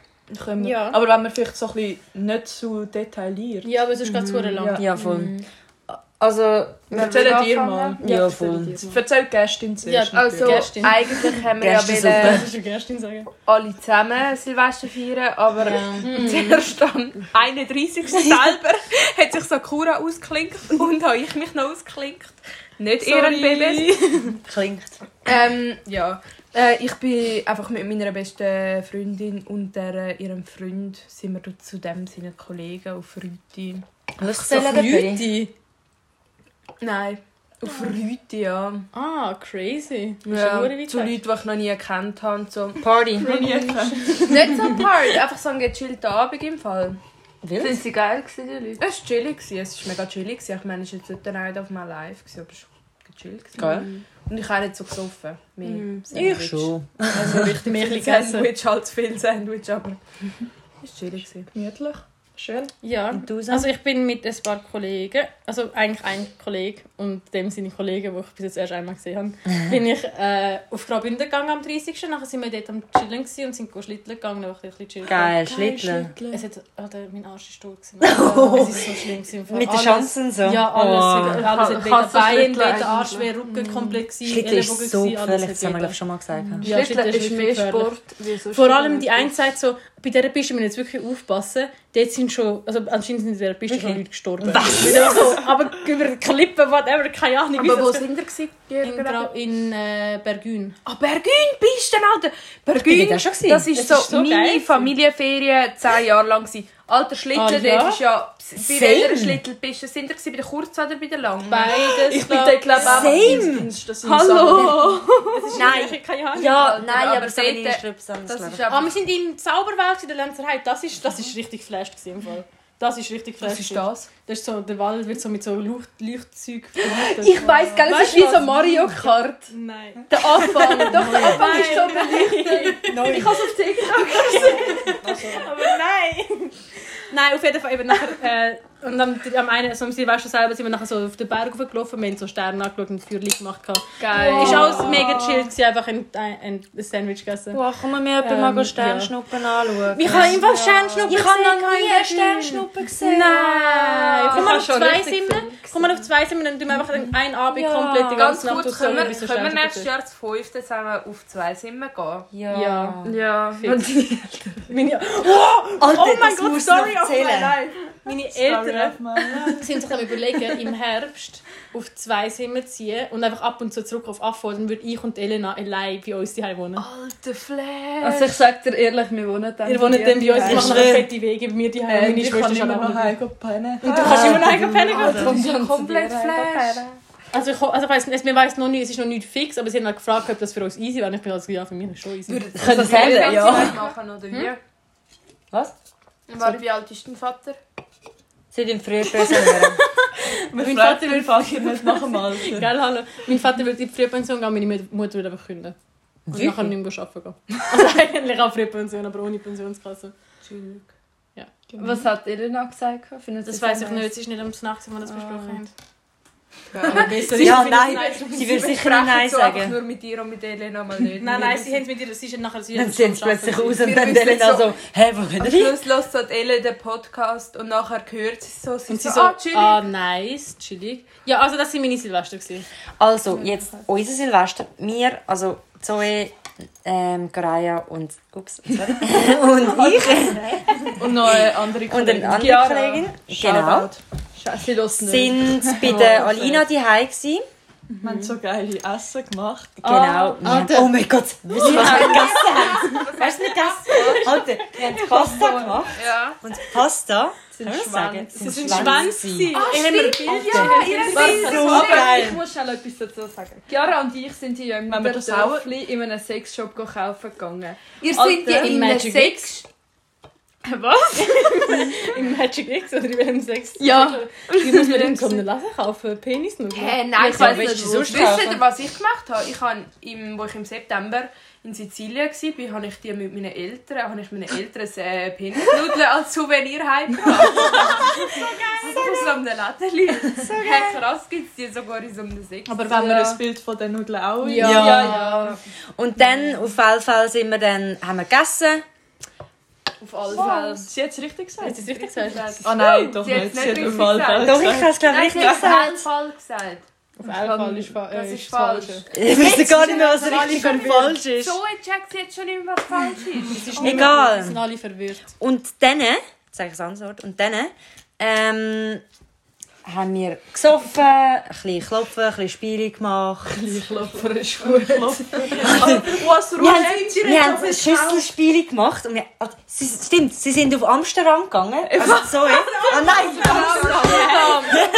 S5: Können wir.
S2: Ja.
S5: Aber wenn wir vielleicht so ein bisschen nicht zu detailliert.
S2: Mhm, Ja, aber sonst geht es zu lang.
S5: Ja.
S3: Ja, voll. Also,
S5: Erzähl dir mal.
S3: ja, voll.
S5: Erzähl Gästin zuerst.
S2: Ja,
S5: natürlich.
S4: Also,
S2: Gästin.
S4: eigentlich haben wir ja
S3: Gästensuppe.
S4: wieder
S2: Das ist eine Gästin sagen.
S4: alle zusammen Silvester feiern, aber zuerst am 31. selber hat sich Sakura ausklinkt und habe ich mich noch ausklinkt. Nicht ihren Babys.
S3: Klingt.
S4: Ähm, ja. Äh, ich bin einfach mit meiner besten Freundin und der, äh, ihrem Freund sind wir dort zu dem seinen Kollegen auf Rüti.
S3: Was
S5: So
S3: soll er
S5: Leute.
S4: Nein, auf Rüti, ja.
S2: Ah, crazy.
S4: ja.
S2: Das ist
S4: Zu
S2: ja
S4: Leuten, die ich noch nie gekannt habe. und So.
S3: Party.
S4: Nicht so ein Party, einfach so ein gechillter Abend im Fall.
S3: Wild?
S7: sie geil gewesen, die Leute?
S4: Es war chillig, gewesen, es war mega chillig. gewesen. Ich meine, es war jetzt nicht der Night of my life, gewesen, aber es war gechillt. gewesen.
S3: Geil.
S4: Und ich habe nicht so gesoffen. Mehr
S7: Mhm.
S4: Sandwich.
S3: Ich schon.
S4: Also richtig
S2: Mehr
S4: viel
S2: gegessen.
S4: Sandwich als viel Sandwich, aber es war chillig. gewesen.
S5: Gemütlich. Schön.
S2: Ja,
S3: Und du, Sam?
S2: also ich bin mit ein paar Kollegen, also eigentlich ein Kollege und dem seine Kollegen, die ich bis jetzt erst einmal gesehen habe, bin ich äh, auf Graubünden gegangen am 30. Nachher sind wir dort am Chillen gewesen und sind go schlitteln gegangen, da war ich ein bisschen chillen.
S3: Geil, Schlitteln.
S2: Es hat, oh, der, mein Arsch ist tot. gewesen. Es ist so schlimm. gewesen.
S3: Mit den
S2: Alles-
S3: Schanzen so.
S2: Ja, alles. Alles
S3: Oh.
S2: hat
S7: Ich
S2: weder
S7: hasse
S2: Bein,
S7: Schlitteln
S2: weder Arsch,
S7: eigentlich.
S2: weder Rücken, komplett gewesen,
S3: Schlitteln ist
S2: Ellenbogen
S3: so
S2: gewesen, alles
S3: gefährlich, ah, das
S2: hat
S3: haben wir, glaube
S2: weder-
S3: ich, schon mal gesagt. hm.
S2: Ja, Schlitteln ist wirklich gefährlich.
S7: wie sonst.
S2: Vor allem die eine sagt so, bei dieser Piste müssen wir jetzt wirklich aufpassen. Dort sind schon, also anscheinend sind in dieser Piste schon Leute gestorben. Was? So, aber über Klippen, whatever, keine Ahnung.
S4: Aber wo
S2: wieso-
S4: sind ihr gewesen?
S2: in, Gra- in äh, Bergün.
S4: Ah, Bergün, Pisten, Alter!
S3: bin
S4: Bergün,
S3: dort auch schon
S4: das
S2: Das
S3: gewesen.
S4: war so,
S2: ist so geil
S4: meine
S2: gewesen.
S4: Familienferien zehn Jahre lang. Gewesen. Alter, Schlittel,
S2: Ah, ja?
S4: dort ist ja... Bei welcher Schlittelpiste sind ihr gewesen? Bei der kurzen oder bei der langen?
S2: Beides.
S5: Ich bin da, glaube ich, auch
S3: Same.
S4: Hallo!
S3: Nein.
S2: Keine Ahnung.
S3: Ja,
S4: Alter,
S3: nein,
S4: aber
S3: aber so
S4: dort-
S3: ein Strüpsen.
S4: Das ist
S2: Ah,
S4: einfach...
S2: wir sind in Zauberwelt in der Lenzerheide. Das ist, das ist richtig flash gewesen, im Fall. Das ist richtig flash.
S4: Was ist das?
S2: Das ist so, der Wald wird so mit so Leucht Leuchtzeug verhaftet.
S4: Ich weiss, gell, es
S2: Weißt
S4: ist
S2: du
S4: wie so
S2: was?
S4: Mario Kart.
S2: Nein.
S4: Der Anfang. Doch, der Anfang ist so
S2: Ich habe es auf TikTok gesehen. Aber nein. Nein, auf jeden Fall eben nachher... Äh, und am, am einen, so am Silvester selber sind wir nachher so auf den Berg hochgelaufen, wir haben so Sterne angeschaut und Feuerli gemacht.
S4: geil.
S2: Ist alles mega chill, gewesen, einfach ein, ein, ein Sandwich gegessen.
S3: Boah, kann man mir jemand mal
S2: Ähm,
S3: go
S2: ja.
S3: Sternschnuppen anschauen?
S2: Ich habe einfach Sternschnuppen
S3: Ich habe noch nie
S2: keinen
S3: einen Sternschnuppen gesehen.
S2: Nein, komm
S4: habe
S2: mal auf
S4: schon
S2: zwei
S4: richtig
S2: Simmen. Komm mal auf zwei Simmen, dann tun wir einfach den einen Abend
S3: Ja.
S2: komplett die
S4: Ganz
S2: ganze Nacht
S4: kurz,
S2: durch,
S4: können wir,
S2: bis wir
S4: können wir
S2: Sternschnuppen
S4: nächstes Jahr das fünfte zusammen auf zwei Zimmer gehen?
S3: Ja.
S2: Ja.
S4: Ja.
S2: sehen. Meine,
S3: Alter,
S2: oh mein
S3: das
S2: Gott,
S3: musst du
S2: sorry
S3: noch
S2: of my
S3: erzählen.
S2: life. Meine Eltern sind sich am überlegen, im Herbst auf zwei Zimmer zu ziehen und einfach ab und zu zurück auf Affo, dann würde ich und Elena allein bei uns daheim wohnen.
S4: Alter Flair.
S7: Also ich sag dir ehrlich, wir wohnen dann
S2: Ihr wohnt dann bei uns, wir
S7: daheim.
S2: machen einen fetten Weg, bei mir daheim,
S5: Hey,
S2: meine
S5: ich kann
S2: Schwester schon
S5: immer noch
S2: auch.
S5: heimgehen.
S2: Du kannst immer noch eigen pennen gehen.
S4: komplett Flash.
S2: Also ich, ho- also ich weiss, nicht, wir weiss noch nicht, es ist noch nicht fix, aber sie haben halt gefragt, ob das für uns easy wäre. Und Ich bin also, ja, für mich ist es schon easy.
S3: Können das ändern, ja.
S4: machen, oder wie?
S3: Was?
S4: Warte, wie alt ist dein Vater?
S3: Sie den früher präsentieren.
S2: Mein
S5: Mein
S2: Vater
S5: Vater will Vater nicht nach dem Alter.
S2: Gell, hallo? Mein Vater würde in die Frühpension gehen, meine Mut- Mutter würde einfach künden. Und
S3: Wirklich?
S2: nachher nicht mehr arbeiten gehen. Also eigentlich auch Frühpension, aber ohne Pensionskasse.
S7: Was hat Elena gesagt? Findet
S2: Das
S7: sie
S2: weiss ich
S7: so
S2: nicht, es ist nicht am Nacht, wo wir das besprochen haben.
S3: ja, nein, sie will sicher nicht Nein
S4: so einfach
S3: sagen.
S4: nur mit dir und mit Elena mal nicht.
S2: Nein, nein, sie haben es mit ihr, sie sind nachher... Sie
S3: Dann
S2: haben
S3: sehen sie
S2: schon am
S3: plötzlich
S2: Arbeiten.
S3: aus und
S4: Wir
S3: dann
S4: wissen
S3: Elena
S4: so-
S3: so, hä, wo können
S4: Am
S3: wir
S4: Schluss hört halt Elena den Podcast und nachher hört sie so. Sie,
S2: Und sie
S4: so,
S2: so,
S4: ah, chillig.
S2: ah, nice, chillig. Ja, also das waren meine Silvester. gewesen.
S3: Also, jetzt unser Silvester. Wir, also Zoe, ähm, Garaya und, ups, sorry. und ich
S5: Und noch eine andere
S3: und eine
S5: Kollegin.
S3: andere
S5: Chiara.
S3: Kollegin genau,
S5: Shoutout.
S7: Scheiße, sie hört nicht.
S3: sind bei der Alina die gsi.
S5: Wir haben so geile Essen gemacht.
S3: Genau. wir haben, oh mein Gott, weißt du, was wir gegessen haben? Weißt du nicht das? Alter, wir haben Pasta gemacht.
S4: Ja.
S3: Und Pasta, sind Schwanz.
S2: Sie sind Schwanz. gewesen.
S4: Ah,
S2: Ich habe mir
S4: stimmt,
S2: Bilder-
S4: ja, ihr
S3: Das
S4: seid
S3: so
S7: Aber ich
S3: geil.
S7: muss schnell etwas dazu sagen. Chiara und ich sind die Jungen
S5: Wenn wir
S7: mit
S5: das
S7: der Dörfli in einem Sexshop kaufen gegangen.
S4: Ihr
S7: Alter,
S4: seid ja in einem
S2: Magic
S4: Sex...
S2: Was? Im Magic X oder in welchem Sex?
S7: Ja.
S2: Wie Also, muss man denn so einen Laser kaufen? äh, Penis nur?
S4: Hä, nein, ich
S3: Ja,
S4: weiß
S3: willst
S4: nicht.
S3: du sonst
S4: Wisst
S3: kaufen?
S4: ihr, was ich gemacht habe? Ich habe, im, wo ich im September in Sizilien war, habe ich die mit meinen Eltern, habe ich meinen Eltern ein, äh, Penisnudeln als Souvenir heimgebracht. so geil! so einem Läden. So hey, krass gibt es die sogar in so einem Sekt.
S5: Aber wenn wir ein Bild von den Nudeln auch
S3: Ja. Und dann, auf jeden Fall, sind wir dann, haben wir gegessen.
S7: Auf alle
S4: Oh,
S7: Fälle.
S5: Sie hat es richtig gesagt.
S2: ist richtig gesagt.
S5: Ah nein, doch
S4: Sie
S5: nicht.
S4: hat's nicht
S5: Sie hat
S4: richtig
S5: auf alle Fälle
S3: Doch, ich
S5: gesagt.
S3: habe es, glaube
S4: Nein,
S3: ich,
S4: sie
S3: richtig
S4: hat
S3: gesagt.
S4: Fall, Fall gesagt.
S2: Auf jeden Fall ist fa-
S4: Das
S2: äh,
S4: ist falsch.
S3: Ich weiß gar nicht mehr, was richtig und falsch ist.
S4: So, ich check sie jetzt schon nicht mehr, was falsch ist.
S2: Es ist
S3: Egal.
S2: Wir sind alle verwirrt.
S3: Und dann, jetzt sage ich es anders, Wort, und dann ähm, haben wir gesoffen, ein bisschen klopfen, ein bisschen Spiele gemacht. Also,
S5: Was
S3: Wir haben, wir haben Schüsselspiele gemacht. Und wir, ah, sie, stimmt, sie sind auf Amsterdam gegangen. Also, sorry. Ah nein,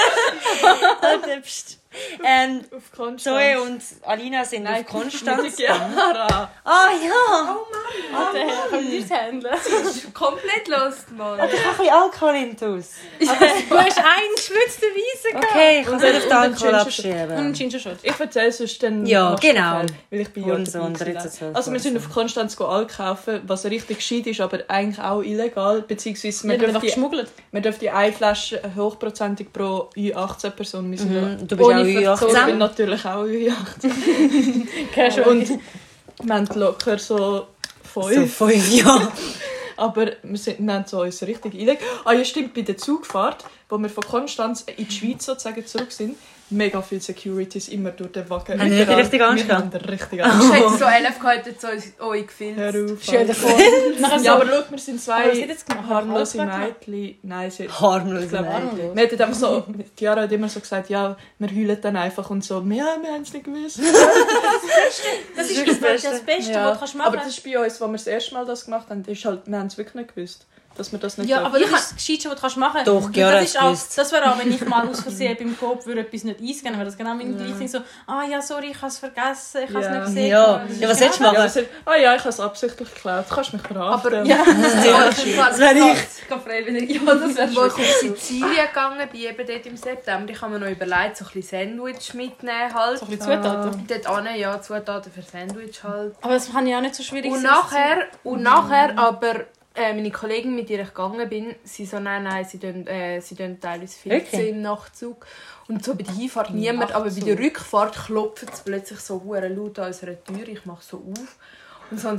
S3: Amsterdam. Pst. ähm,
S5: Auf Konstanz.
S3: Zoe und Alina sind auf Konstanz.
S5: Chiara.
S3: Ah ja,
S2: Könnt ihr es handeln?
S4: Das Ah, ist komplett lost, Mann.
S3: ich habe ein bisschen Alkohol in Haus.
S2: Du hast einen geschwitzten Weisen.
S3: Okay, ich kann es nicht auf den
S5: einen
S3: Alkohol
S5: Ginger-
S2: Und einen
S3: abschieben.
S2: Ginger-Shot.
S5: Ich erzähle es sonst dann.
S3: Ja,
S5: nachher,
S3: genau.
S5: Weil ich bin ja
S3: Und so
S5: dabei
S3: und
S5: gewesen.
S3: 13, 12,
S5: Also wir sind
S3: 14.
S5: auf Konstanz Alk kaufen, was richtig gescheit ist, aber eigentlich auch illegal. Beziehungsweise
S2: Wir
S5: man
S2: haben einfach
S5: dürfte,
S2: geschmuggelt.
S5: man dürfte eine Flasche hochprozentig pro U18-Person müssen. lassen.
S3: Mhm, Du bist auch
S5: Ohne Ich bin
S3: U18.
S5: natürlich auch U18.
S2: Casual.
S5: Und wir haben locker so
S3: So
S5: fünf.
S3: fünf Jahre.
S5: Aber wir, sind, wir haben so uns richtig einlegt. Ah ja, stimmt, bei der Zugfahrt, wo wir von Konstanz in die Schweiz sozusagen zurück sind, mega viele Securities immer durch den Wagen.
S3: Haben die
S5: Überall.
S3: richtig Angst
S5: Wir
S3: gehabt? Oh.
S5: haben richtig Angst.
S4: Ich hätte so 11 gehabt, jetzt so euch gefilmt.
S5: Hör auf.
S2: Stell dir
S5: Alter.
S2: vor. Nachher
S5: Ja,
S2: so-
S5: aber schau, wir sind
S2: Aber was hat
S5: zwei
S2: jetzt gemacht?
S5: harmlose
S2: Hat Alkohol
S5: Mädchen. Nein, sie
S3: Harmlos.
S5: Ich glaube,
S3: nein.
S5: wir hatten einfach so, Chiara hat immer so gesagt, ja, wir heulen dann einfach und so, ja, wir haben es nicht gewusst.
S2: Das ist
S3: wirklich
S2: das
S3: das
S2: Beste, das Beste
S5: Ja.
S2: was du machen
S5: Aber das
S2: kannst.
S5: ist bei uns, als wir das erste Mal das gemacht haben, ist halt, wir haben es wirklich nicht gewusst, dass wir das nicht
S2: Ja,
S5: dürfen.
S2: aber das ist das Gescheitste, was du kannst machen kannst.
S3: Doch, Chiara
S2: das, ist
S3: hat's
S2: auch,
S3: gewusst.
S2: das wäre auch, wenn ich mal aus Versehen beim Coop würde etwas nicht eingehen würde. Das genau mein gleiches Ding so, ah ja, sorry, ich habe es vergessen, ich habe es
S5: Ja.
S2: nicht gesehen.
S3: Ja, ja was hättest du
S5: Ja,
S3: machen?
S5: das ist- ah ja, ich habe es absichtlich geklaut. Du kannst mich Oh, verhaften.
S4: Aber-
S5: ja.
S3: Das wäre ich.
S4: Wo ich auf Sizilien gegangen bin, eben dort im September, ich habe mir noch überlegt, so ein bisschen Sandwich mitnehmen halt.
S2: So ein bisschen Zutaten.
S4: Dort ane, ja, Zutaten für Sandwich halt.
S2: Aber das kann ja auch nicht so schwierig
S4: Und
S2: sein.
S4: nachher,
S3: Mhm.
S4: und nachher aber äh, meine Kollegin, mit der ich gegangen bin, sie so, nein, nein, sie tun, äh, sie tun teilweise viel
S3: Wirklich?
S4: okay. im Nachtzug. Und so bei der Hinfahrt niemand, aber bei der Rückfahrt klopft es plötzlich so hure laut an unserer Tür. Ich mache so auf. Und so ein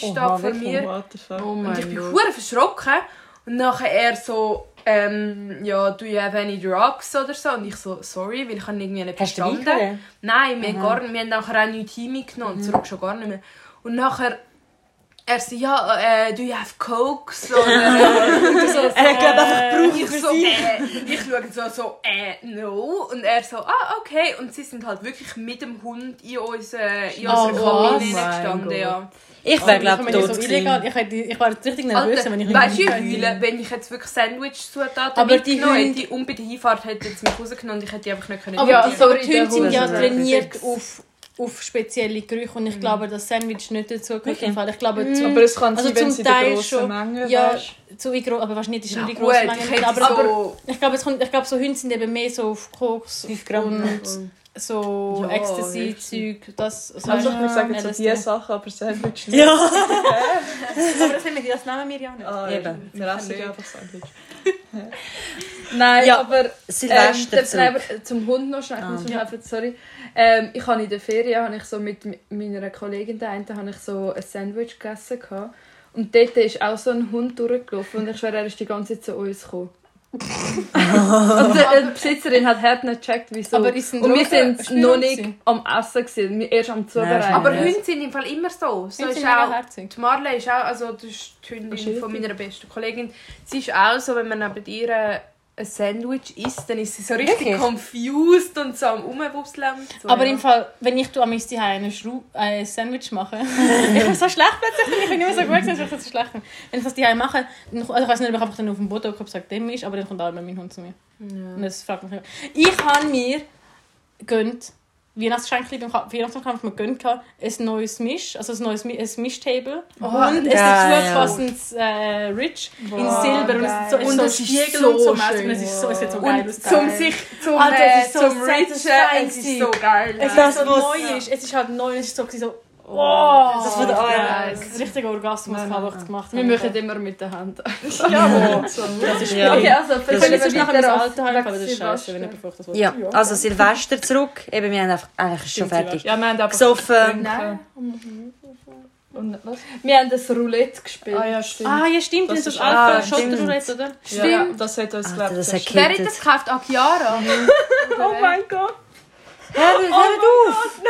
S3: Oha,
S4: steht vor
S3: wirklich? Oh
S4: mir. Oh
S5: What the fuck.
S4: Und ich bin hure verschrocken. Und nachher er so, ähm, ja, do you have any drugs oder so? Und ich so, sorry, weil ich habe irgendwie nicht
S3: Hast du
S4: verstanden.
S3: dabei
S4: Nein, wir, gar, nicht- wir haben nachher auch nichts mitgenommen und zurück schon gar nicht mehr. Und nachher, er so, ja, äh, do you have Cokes? Oder, äh, und so, so,
S3: Er hat, glaube einfach gebraucht
S4: ich so, äh, ich schaue so, so, äh, no. Und er so, ah, okay. Und sie sind halt wirklich mit dem Hund in unsere, in unsere
S2: Oh,
S4: Kabine
S5: mein
S4: gestanden,
S5: Gott.
S4: ja.
S3: Ich wäre, glaube ich,
S2: ich,
S3: tot
S2: so
S3: gewesen.
S2: illegal. ich, hätte- ich wäre jetzt richtig nervös,
S4: Alter,
S2: wenn ich
S4: weißt du, ich
S2: mitgegangen bin.
S4: heule, wenn ich jetzt wirklich Sandwich-Zutaten
S2: Aber die
S4: mitgenommen
S2: Hunde-
S4: hätte und bei der Hinfahrt hätte jetzt mich rausgenommen und ich hätte die einfach nicht können.
S2: Aber
S4: mitnehmen.
S2: die, aber die
S7: der
S2: Hunde sind ja Mhm.
S3: Hund.
S2: trainiert auf, auf spezielle Gerüche und ich glaube, das Sandwich nicht dazu gehört. im Fall. Ich glaube, zu,
S5: Aber es kann
S2: Also
S5: sein, wenn
S2: zum
S5: sie
S2: Teil
S5: die grossen
S2: schon.
S5: Mengen
S2: ja,
S5: weisst.
S2: zu in gro- aber wahrscheinlich ist es nicht die
S4: Gut,
S2: grosse Menge.
S4: ich hätte
S2: aber,
S4: so...
S2: Ich glaube, es kommt, ich glaube, so Hunde sind eben mehr so auf Koks
S3: 5 Gramm.
S2: und so
S4: Ja,
S2: Ecstasy-Zeug. Das, so
S5: Also ich würde sagen, so
S2: LSD.
S5: diese Sachen, aber Sandwich nicht.
S3: Ja.
S2: Aber das, haben wir, das nehmen wir ja
S7: Oh.
S2: nicht.
S5: Ah,
S3: Eben.
S5: Wir essen ja einfach Sandwich.
S7: Nein,
S3: Ja.
S7: aber ähm,
S3: Silvester
S7: der
S3: zurück.
S7: Treiber, zum Hund noch schnell, ich muss
S3: Ah.
S7: mich helfen, sorry. Ähm, ich habe in der Ferien habe ich so mit mi- meiner Kollegin der einen, habe ich so ein Sandwich gegessen gehabt. und dort ist auch so ein Hund durchgelaufen und ich schwöre, er ist die ganze Zeit zu uns gekommen. und äh, die, die Besitzerin hat hart nicht gecheckt, wieso.
S2: Aber ist ein
S7: und wir
S2: Drogen-
S7: sind
S2: Spürung
S7: noch nicht
S2: gewesen?
S7: am Essen, gewesen, wir erst am Zubereiten.
S4: Aber
S3: Ja.
S4: Hunde sind im Fall immer so. so
S2: Hunde
S4: ist
S2: sind mega
S4: auch,
S2: herzig.
S4: die Marley ist auch, also das ist die Hündin von meiner besten Kollegin. Sie ist auch so, wenn man neben ihr ein Sandwich isst, dann ist sie so richtig
S3: Wirklich?
S4: confused und so am Rumwuseln. und So,
S2: Aber
S4: ja.
S2: im Fall, wenn ich du am Misti ein Schru- ein Sandwich mache, ich bin so schlecht plötzlich, ich bin nicht mehr so gut, gewesen, dass ich das so schlecht bin. Wenn ich das daheim mache, dann, also ich weiß nicht, ob ich einfach dann auf dem Boden komme und sage, dem ist, aber dann kommt auch immer mein Hund zu mir. Und das fragt mich. immer. Ich habe mir gönnt Weihnachtsgeschenke beim Ka- Weihnachtsmarkt haben wir gönnt gehabt, ein neues Misch, also ein neues Mi ein Mischtable
S4: Oh,
S2: und ein dazu
S3: geil.
S2: passendes äh, Rich in Silber und es ist so, es ist
S4: Und
S2: so
S4: es ist
S2: Spiegel
S4: so
S2: und so Messer und
S4: schön.
S2: es ist so, es sieht so geil
S4: und
S2: aus.
S4: zum sich zum,
S2: Alter, es
S4: äh,
S2: ist so
S4: zum Richen, es ist
S2: satisfying.
S4: so geil.
S2: Es
S3: Das
S2: ist so
S3: muss-
S2: neu ist. Es ist halt neu. Es ist so, so Oh,
S3: Das von der ARS.
S2: das ist richtig Orgasmus,
S5: Nein,
S2: gehabt,
S5: nein,
S2: was ich gemacht
S4: Wir
S2: habe.
S4: machen immer mit der Hand.
S2: Ja, das ist
S3: Ja.
S2: ja.
S3: Okay,
S4: also
S2: Das ist sonst nachher mein Alter heim, aber das ist scheiße, wenn jemand braucht das
S3: Ja, also Silvester zurück. Eben, wir haben einfach, eigentlich schon
S2: Sind sie
S3: fertig. ähm,
S5: Ja, wir haben aber...
S3: Gesoffen.
S4: Nein. Und was? Wir haben das Roulette gespielt.
S5: Ah ja, stimmt.
S2: Ah, ja, stimmt,
S5: Das
S2: das ist
S5: ist-
S3: ah,
S2: Alpha
S3: stimmt.
S2: Schotterroulette, oder?
S5: ja, Das hat uns
S3: Alter,
S5: gelernt.
S3: Ah, das hat
S1: Wer hat das
S3: gekillt.
S1: gekauft? Auch Chiara?
S5: Oh mein Gott.
S3: Hör
S2: Oh,
S3: hör auf!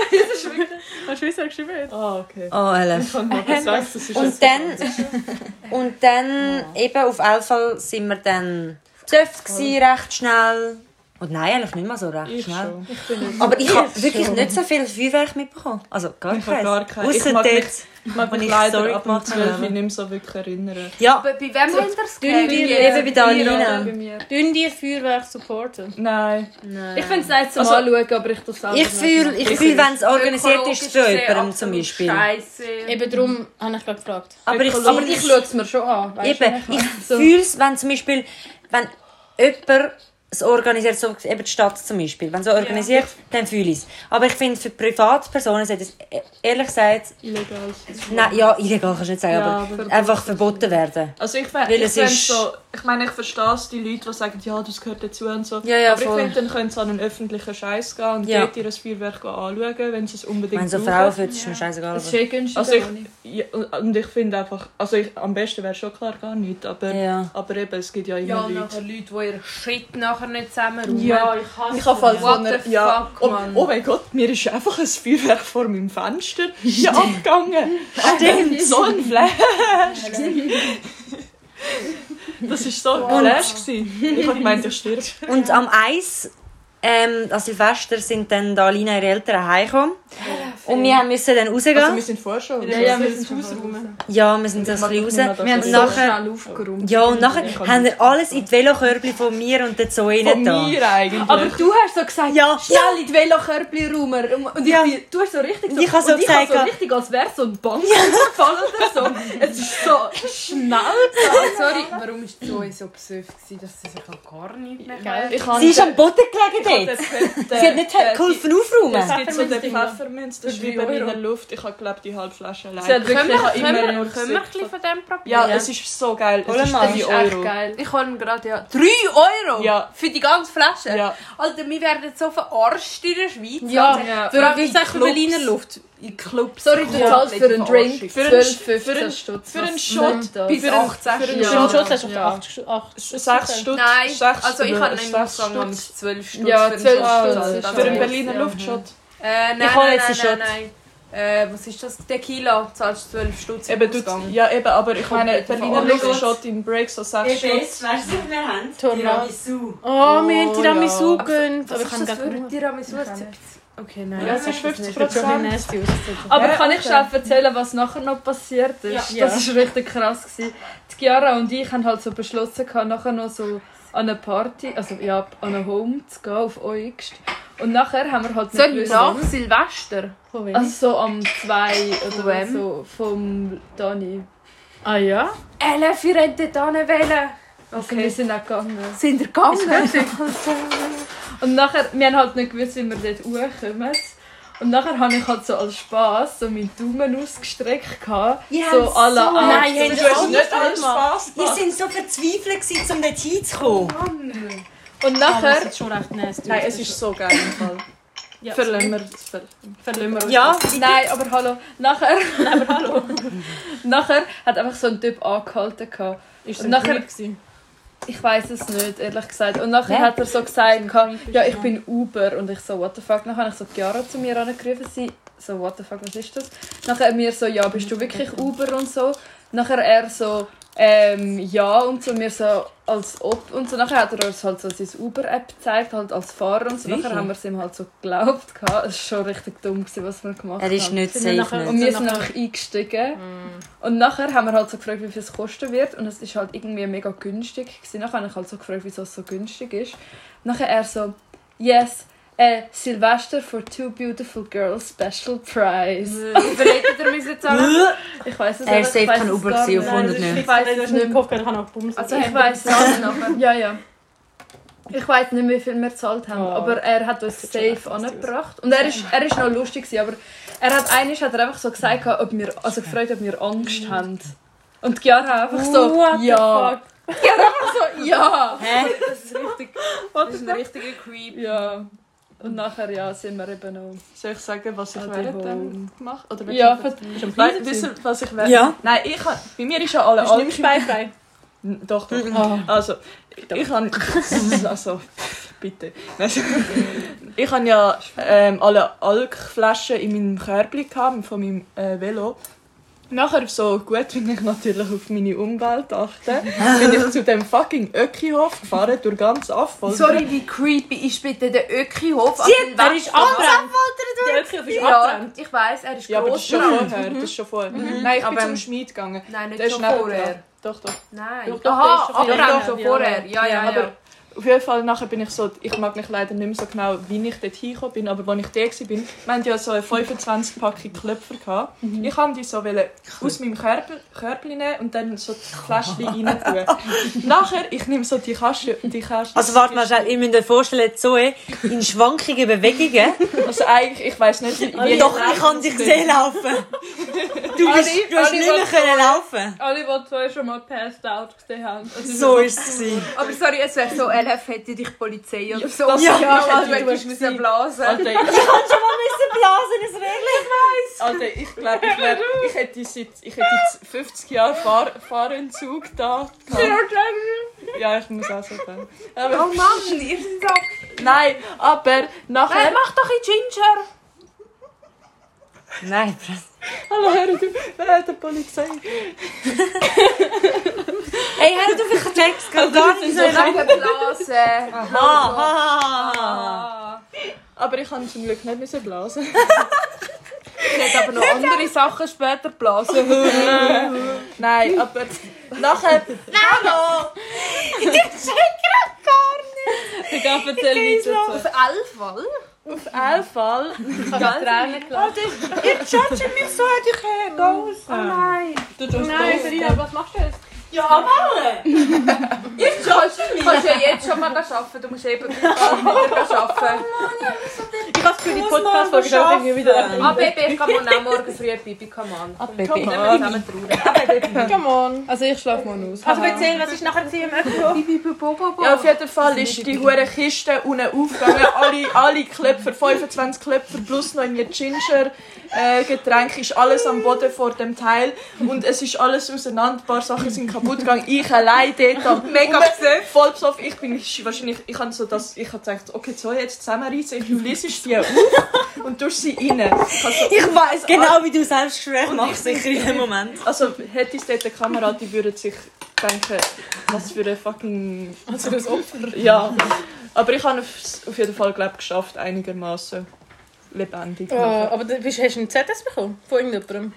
S2: Hast du Schweizer geschrieben? Ah, okay.
S3: Oh, Elef.
S2: Das weiss, das ist
S3: Und dann, und dann eben auf Elfal sind wir dann besoffen gewesen, recht schnell. Und nein, eigentlich nicht mehr so recht
S5: Ich
S3: schnell.
S5: schon.
S3: Aber ich habe wirklich nicht so viel Feuerwerk mitbekommen. Also gar
S5: Ich hab
S3: keins.
S5: gar keinen. Ich
S3: Ausser
S5: mag mich,
S3: dort.
S5: ich mag
S3: wenn
S5: mich
S3: ich
S5: leider
S3: Story
S5: ab dem
S3: gemacht
S5: 12
S3: habe.
S5: nicht mehr so wirklich erinnern.
S3: Ja,
S1: Bei, bei wem habt ihr es
S3: dünn
S1: gekauft?
S3: wir eben bei der Alina.
S4: Bei mir.
S2: Dünn dir Feuerwerk supporten.
S5: Nein.
S4: Ich finde es nice zum
S5: Also-
S4: Anschauen, aber ich das selber
S3: Ich fühle, ich fühl, wenn es organisiert
S1: Ökologisch
S3: ist, zu jemandem
S1: gesehen
S3: zum
S1: absolut
S3: Beispiel.
S1: Scheisse.
S2: Eben darum habe ich gerade gefragt.
S3: Aber ich,
S4: Aber
S3: aber
S4: ich
S3: ich,
S4: schaue es mir schon an. weisst
S3: eben,
S4: du?
S3: ich fühle es, wenn zum Beispiel, wenn jemand es organisiert, so eben die Stadt zum Beispiel, wenn so organisiert, dann fühle ich es. Aber ich finde, für Privatpersonen sollte es e- ehrlich gesagt,
S5: Illegal.
S3: nein, ja, illegal kannst du nicht sagen,
S5: Ja,
S3: aber einfach verboten werden.
S5: Also ich fände
S3: Weil
S5: ich
S3: es
S5: fänd
S3: ist-
S5: so, ich meine, ich verstehe es, die Leute, die sagen, ja, das gehört dazu und so.
S3: Ja, ja,
S5: aber
S3: voll.
S5: ich finde, dann können sie an einen öffentlichen Scheiß gehen und
S3: Ja.
S5: dort ihr Feuerwerk anschauen, wenn sie es unbedingt
S3: Wenn so
S5: brauchen.
S3: Frauen fühlst, ist mir scheißegal.
S4: Das ist
S3: Aber.
S4: schön günstig.
S5: Also ich,
S4: ohne.
S5: ja, und- und ich finde einfach, also ich, am besten wäre schon klar gar nicht, aber,
S3: Ja.
S5: aber eben, es gibt ja
S1: Ja,
S5: immer
S1: und
S5: Leute.
S1: nachher Leute, die ihr Shit nachher nicht zusammenräumen.
S2: ich hasse
S5: Ich habe voll
S1: What
S5: von einer,
S1: the
S5: ja,
S1: fuck,
S5: oh,
S1: Mann.
S5: oh mein Gott, mir ist einfach ein Feuerwerk vor meinem Fenster hier abgegangen. Stimmt, so ein Flash. Das war so ein Flash. Gewesen. Ich habe gemeint, ich stirb.
S3: Und am Eis, ähm, an Silvester, sind dann da Alina ihre Eltern heimgekommen. Und wir haben müssen dann rausgehen.
S5: Also wir sind vorher schon.
S2: Ja, ja, wir müssen ausräumen.
S3: ja, wir sind das ein
S5: Ich mag
S3: bisschen raus.
S5: nicht mehr,
S4: Wir haben
S5: dass
S4: es
S3: Und
S4: so
S3: nachher-
S4: schnell aufgeräumt.
S3: Ja, und nachher
S5: Ich kann
S3: haben wir alles in die Velokörbchen von mir und der Zoe
S5: das- Von
S3: getan.
S5: mir eigentlich.
S4: Aber du hast so gesagt,
S3: Ja,
S4: schnell in die Velokörbchen räumen. Und ich,
S3: Ja.
S4: bin- du hast so richtig so,
S3: Ich hab so
S4: und ich hab
S3: gesagt, ja.
S4: so richtig, als wäre so ein Bank gefallen oder so. Es ist so schnell.
S1: Ah, sorry, warum war Zoe so besoffen, gewesen, dass sie sich auch gar nicht mehr
S2: Gell?
S1: meldet?
S3: Sie ist am Boden gelegen dort. Sie hat
S5: hat
S3: nicht geholfen
S5: Es
S3: aufräumen.
S5: gibt so den
S2: Pfefferminz-Ding.
S5: Pfefferminz, das ist
S4: Für
S5: wie bei
S4: drei
S5: mir in der
S4: Euro.
S5: Luft. Ich habe, glaube die halbe Flasche allein.
S4: Sie hat
S1: Können wir,
S5: Ich habe
S1: können
S5: immer
S1: wir,
S5: nur
S1: können wir ein
S5: gesehen.
S1: bisschen von dem probieren?
S5: Ja, es ist so geil.
S3: Hol
S5: Es ist
S3: mal.
S4: Das
S5: 3
S4: ist echt
S5: Euro.
S4: geil.
S1: Äh, Ich habe gerade, ja. 3 Euro?
S5: Ja.
S1: Für die ganze Flasche?
S5: Ja.
S1: Alter, wir werden so verarscht in der Schweiz.
S2: Ja,
S1: Alter.
S4: Ja.
S2: Für wie sagt man Berliner Luft?
S1: In Clubs.
S4: Sorry, du zahlst für einen Drink
S5: Für einen-
S4: 12,
S5: für
S4: 15
S5: einen-
S4: Stutz.
S5: für einen
S4: Was
S5: Shot
S4: nimmt das?
S1: Bis
S5: Für einen- für
S1: 18.
S5: einen
S2: Für
S4: Ja.
S2: den Schutz hast du
S4: Ja.
S2: 8 8
S5: 6 Stutz.
S1: Nein,
S5: sechs
S1: also ich
S5: Stutz,
S1: habe nämlich
S5: sechs
S1: gesagt,
S5: Stutz.
S1: 12 Stutz
S4: Ja,
S1: für einen
S4: 12
S1: Shot.
S4: Stutz
S1: Also,
S5: Für einen
S4: Ja.
S5: Berliner
S4: Ja.
S5: Luftshot.
S1: Äh, nein,
S3: Ich hole
S1: nein,
S3: jetzt
S1: nein,
S3: einen
S1: nein, nein. Äh, was ist das? Tequila zahlst 12 Stutz im
S5: Eben, du,
S1: Ausgang.
S5: ja, eben, aber ich meine,
S1: bitte
S5: Berliner
S1: von
S3: Oregon.
S5: Luftshot in Break so 6 Stutz.
S3: weißt du, was wir haben?
S2: Tornado.
S3: Tiramisu.
S2: Oh, wir haben Tiramisu
S1: ja.
S2: gegönnt.
S1: Was
S2: Aber ich
S1: ist
S2: kann
S1: das
S2: gar
S1: für ein
S2: nicht.
S1: Tiramisu-Rezept? Okay, nein.
S5: Ja, es ist 50
S2: Das sieht schon
S5: Prozent.
S2: nasty aus. das sieht-
S4: Aber kann ich schnell erzählen, was nachher noch passiert ist?
S2: Ja.
S4: Das ist richtig krass. Gewesen. Die Chiara und ich haben halt so beschlossen, gehabt, nachher noch so an eine Party, also ja, an eine Home zu gehen, auf Oigst. Und nachher haben wir halt
S1: So
S4: gewusst-
S1: nach Silvester.
S2: Von wem?
S4: Also so am 2
S1: Von
S4: oder
S1: wem?
S4: so vom Dani.
S2: Ah ja?
S1: Ellen, wir haben dort hinwählen.
S4: Also wir sind auch gegangen.
S1: Sind ihr gegangen?
S4: Und nachher, wir haben halt nicht gewusst, wie wir dort hochkommen. Und nachher habe ich halt so als Spass so meinen Daumen ausgestreckt. Gehabt,
S3: Ja,
S4: so à
S3: so-
S4: la Art.
S2: Nein,
S5: Du
S2: haben wir
S5: hast nicht alles Spaß
S3: Wir
S5: gemacht.
S3: sind so verzweifelt, gewesen, um dort hinzukommen.
S4: Und
S2: Ah, Das
S4: nachher
S2: sieht schon recht nasty aus.
S5: Nein, es ist so geil im Fall.
S2: Ja.
S5: Verlieren wir das Ver-
S2: Verlieren wir uns.
S3: Ja,
S4: Nein, aber hallo. Nachher. Nein, aber hallo. nachher hat einfach so ein Typ angehalten. gehabt.
S2: Ist
S4: Und
S2: ein
S4: nachher-
S2: Creep gewesen.
S4: Ich weiß es nicht, ehrlich gesagt. Und nachher
S3: Wer?
S4: hat er so gesagt, gehabt, ja, ich bin Uber. Und ich so, what the fuck. Nachher habe ich so Chiara zu mir angerufen. Sie so, what the fuck, was ist das? Nachher mir so, ja, bist du wirklich Uber und so. Nachher er so, ähm, ja und so. Mir so, als ob und so. Nachher hat er uns halt so seine Uber-App gezeigt, halt als Fahrer und so. Nachher
S3: Sicher?
S4: haben wir es ihm halt so geglaubt. gehabt. Es war schon richtig dumm, gewesen, was wir gemacht
S3: er
S4: haben.
S3: ist nicht
S2: Ich bin
S3: safe.
S2: nachher-
S3: Nicht.
S4: Und wir
S2: Also
S4: sind
S2: nachher-
S4: einfach eingestiegen.
S1: Mm.
S4: Und nachher haben wir halt so gefragt, wie viel es kosten wird. Und es ist halt irgendwie mega günstig. Gewesen. Nachher habe ich halt so gefragt, wieso es so günstig ist. Nachher er so, yes, äh, Silvester for two beautiful girls special price.
S1: Hm, Überlegt ihr müssen zahlen?
S5: um-
S4: Ich weiß es
S3: Er ist
S4: ich
S3: safe
S4: weiss
S3: kein
S4: es
S3: Uber
S4: gar
S3: gewesen,
S4: nicht.
S3: auf 100
S2: das ist
S3: nicht.
S2: nicht. Ich Also, weiß es nicht. Ich habe noch Bums.
S1: Also
S4: Ich weiß es nicht, aber ja, ja.
S7: Ich weiß nicht, wie viel wir gezahlt haben,
S2: Oh.
S7: aber er hat uns safe angebracht. Und er ist, er ist noch lustig, gewesen, aber er hat eines hat er einfach so gesagt, ob wir, also gefragt, ob wir Angst haben. Und Chiara einfach so, ja. Chiara einfach so, ja.
S4: Das ist richtig. Das ist ein richtiger Creep.
S7: Ja. Und nachher, ja, sind wir eben noch.
S5: Soll ich sagen, was ich
S7: Ah, die
S5: während
S7: Home.
S5: dem gemacht Oder willst
S7: Ja,
S5: du-
S7: ver-
S5: Nein, wissen, was ich während...
S3: Ja.
S5: Nein, ich hab, bei mir ist ja alle
S2: Ist nicht
S5: alle...
S2: mehr speifrei.
S5: N- Doch, doch.
S1: Hm.
S5: Also, ich habe... Also, bitte. Nein, ich habe ja ähm, alle Alkflaschen in meinem Körbchen gehabt, von meinem äh, Velo. Nachher so gut, bin ich natürlich auf meine Umwelt achte, bin ich zu dem fucking Öckihof gefahren, durch ganz Affolter.
S1: Sorry, wie creepy ist bitte der Öckihof? Sie,
S2: Er ist abbrennt. Der Ökkel ist
S1: ja,
S2: abbrennt.
S1: ich weiss, er ist
S5: Ja, aber das ist schon
S1: grossbrand.
S5: vorher. Das ist schon vorher.
S1: Nein,
S5: Nein,
S1: ich
S5: ich
S1: bin
S5: bin
S1: zum
S5: zum Schmied gegangen.
S1: Nein,
S5: Der
S1: nicht
S5: ist
S1: schon
S5: neben
S1: vorher.
S5: Doch, doch.
S1: Nein.
S5: Doch, doch,
S1: Aha,
S5: der ist schon
S1: abbrennt schon
S2: vorher.
S1: vorher. Ja, ja, ja.
S5: Aber auf jeden Fall nachher bin ich so, ich mag mich leider nicht mehr so genau, nou, wie nou ich dort hingekommen bin, aber als ich da war, bin, wir hatten ja so eine 25 Packung Klöpfer. Gehabt. Ich wollte die so wollen aus meinem Körper, Körbchen nehmen und dann so die Fläschchen rein tun. nachher, ich nehme so die Kasten, die Kasten.
S3: Also warte mal schnell, ihr müsst euch vorstellen, Zoe in schwankigen Bewegungen.
S5: Also eigentlich, ich weiss nicht, wie... wie-
S3: Doch, ich kann dich sehen laufen. Du, bist, du hast nicht mehr können laufen
S7: Alle, die zwei schon mal passed out gesehen haben.
S3: Also So war es. gewesen.
S1: Aber sorry, es wäre so, LF hätte dich die Polizei oder so.
S5: das-
S1: ja,
S5: ja,
S1: weil
S5: das war
S1: du hättest müssen blasen.
S5: Alter, ich-
S3: Blasen ist wirklich.
S5: Alter, ich glaube, ich, wär, ich hätte seit ich hätte jetzt 50 Jahre Fahr Fahrentzug da. gehabt. Ja, ich muss auch so sagen.
S1: Oh
S5: Aber,
S1: Mann, ihr seid so...
S5: nein, aber nachher.
S1: mach doch ein Ginger.
S3: Nein, Bras-
S5: Hallo, hör du, wer hat die Polizei?
S3: Hey, hör auf, ich check's gerade gar nicht so.
S1: Lange blasen.
S3: Ah, Aha.
S5: Aber ich kann zum Glück nicht müssen blasen.
S1: Ich hätte aber noch andere Sachen später blasen.
S5: Nein, aber nachher. Hallo!
S2: Ich kann erzählen weiter.
S1: Auf Elfwall?
S5: Auf jeden Fall.
S2: Ich habe Tränen gelassen.
S1: Oh nein.
S2: Du tust Nein, Serena, was machst du jetzt?
S1: Du kannst ja jetzt schon mal arbeiten. Du musst eben wieder arbeiten.
S2: Ich habe für die Podcast-Folge schon irgendwie wieder.
S1: Ah, Baby, ich kann mal auch morgen früh Bibi, come on. Dann
S5: Come
S1: wir
S5: on.
S1: zusammen trauern.
S2: Come on.
S7: Also ich schlafe mal aus.
S2: Also erzähl, was ist nachher gewesen im Ökkel?
S1: Bibi, bo, bo, bo.
S5: Ja, auf jeden Fall ist die hure Kiste unten aufgegangen. alle, alle Klöpfer, 25 Klöpfer plus noch irgendwie Ginger äh, Getränk ist alles am Boden vor dem Teil und es ist alles auseinander. Ein paar Sachen sind kaputt gegangen. Ich allein dort am mega voll besoffen. Ich bin ich, wahrscheinlich, ich habe so das, ich habe gedacht, okay, so jetzt zusammenreißen. Ich lese die auf und tue sie rein. Ich habe so
S3: Ich weiss genau, wie du Selbstgespräch machst,
S5: ich-
S3: sicher in dem Moment.
S5: also hätte es dort eine Kamera, die würden sich denken, was für ein fucking... Was für ein Opfer. Ja. Aber ich habe es auf jeden Fall glaub, geschafft, einigermaßen lebendig. nachher.
S2: aber du bist, hast du einen ZS bekommen? Von irgendjemandem?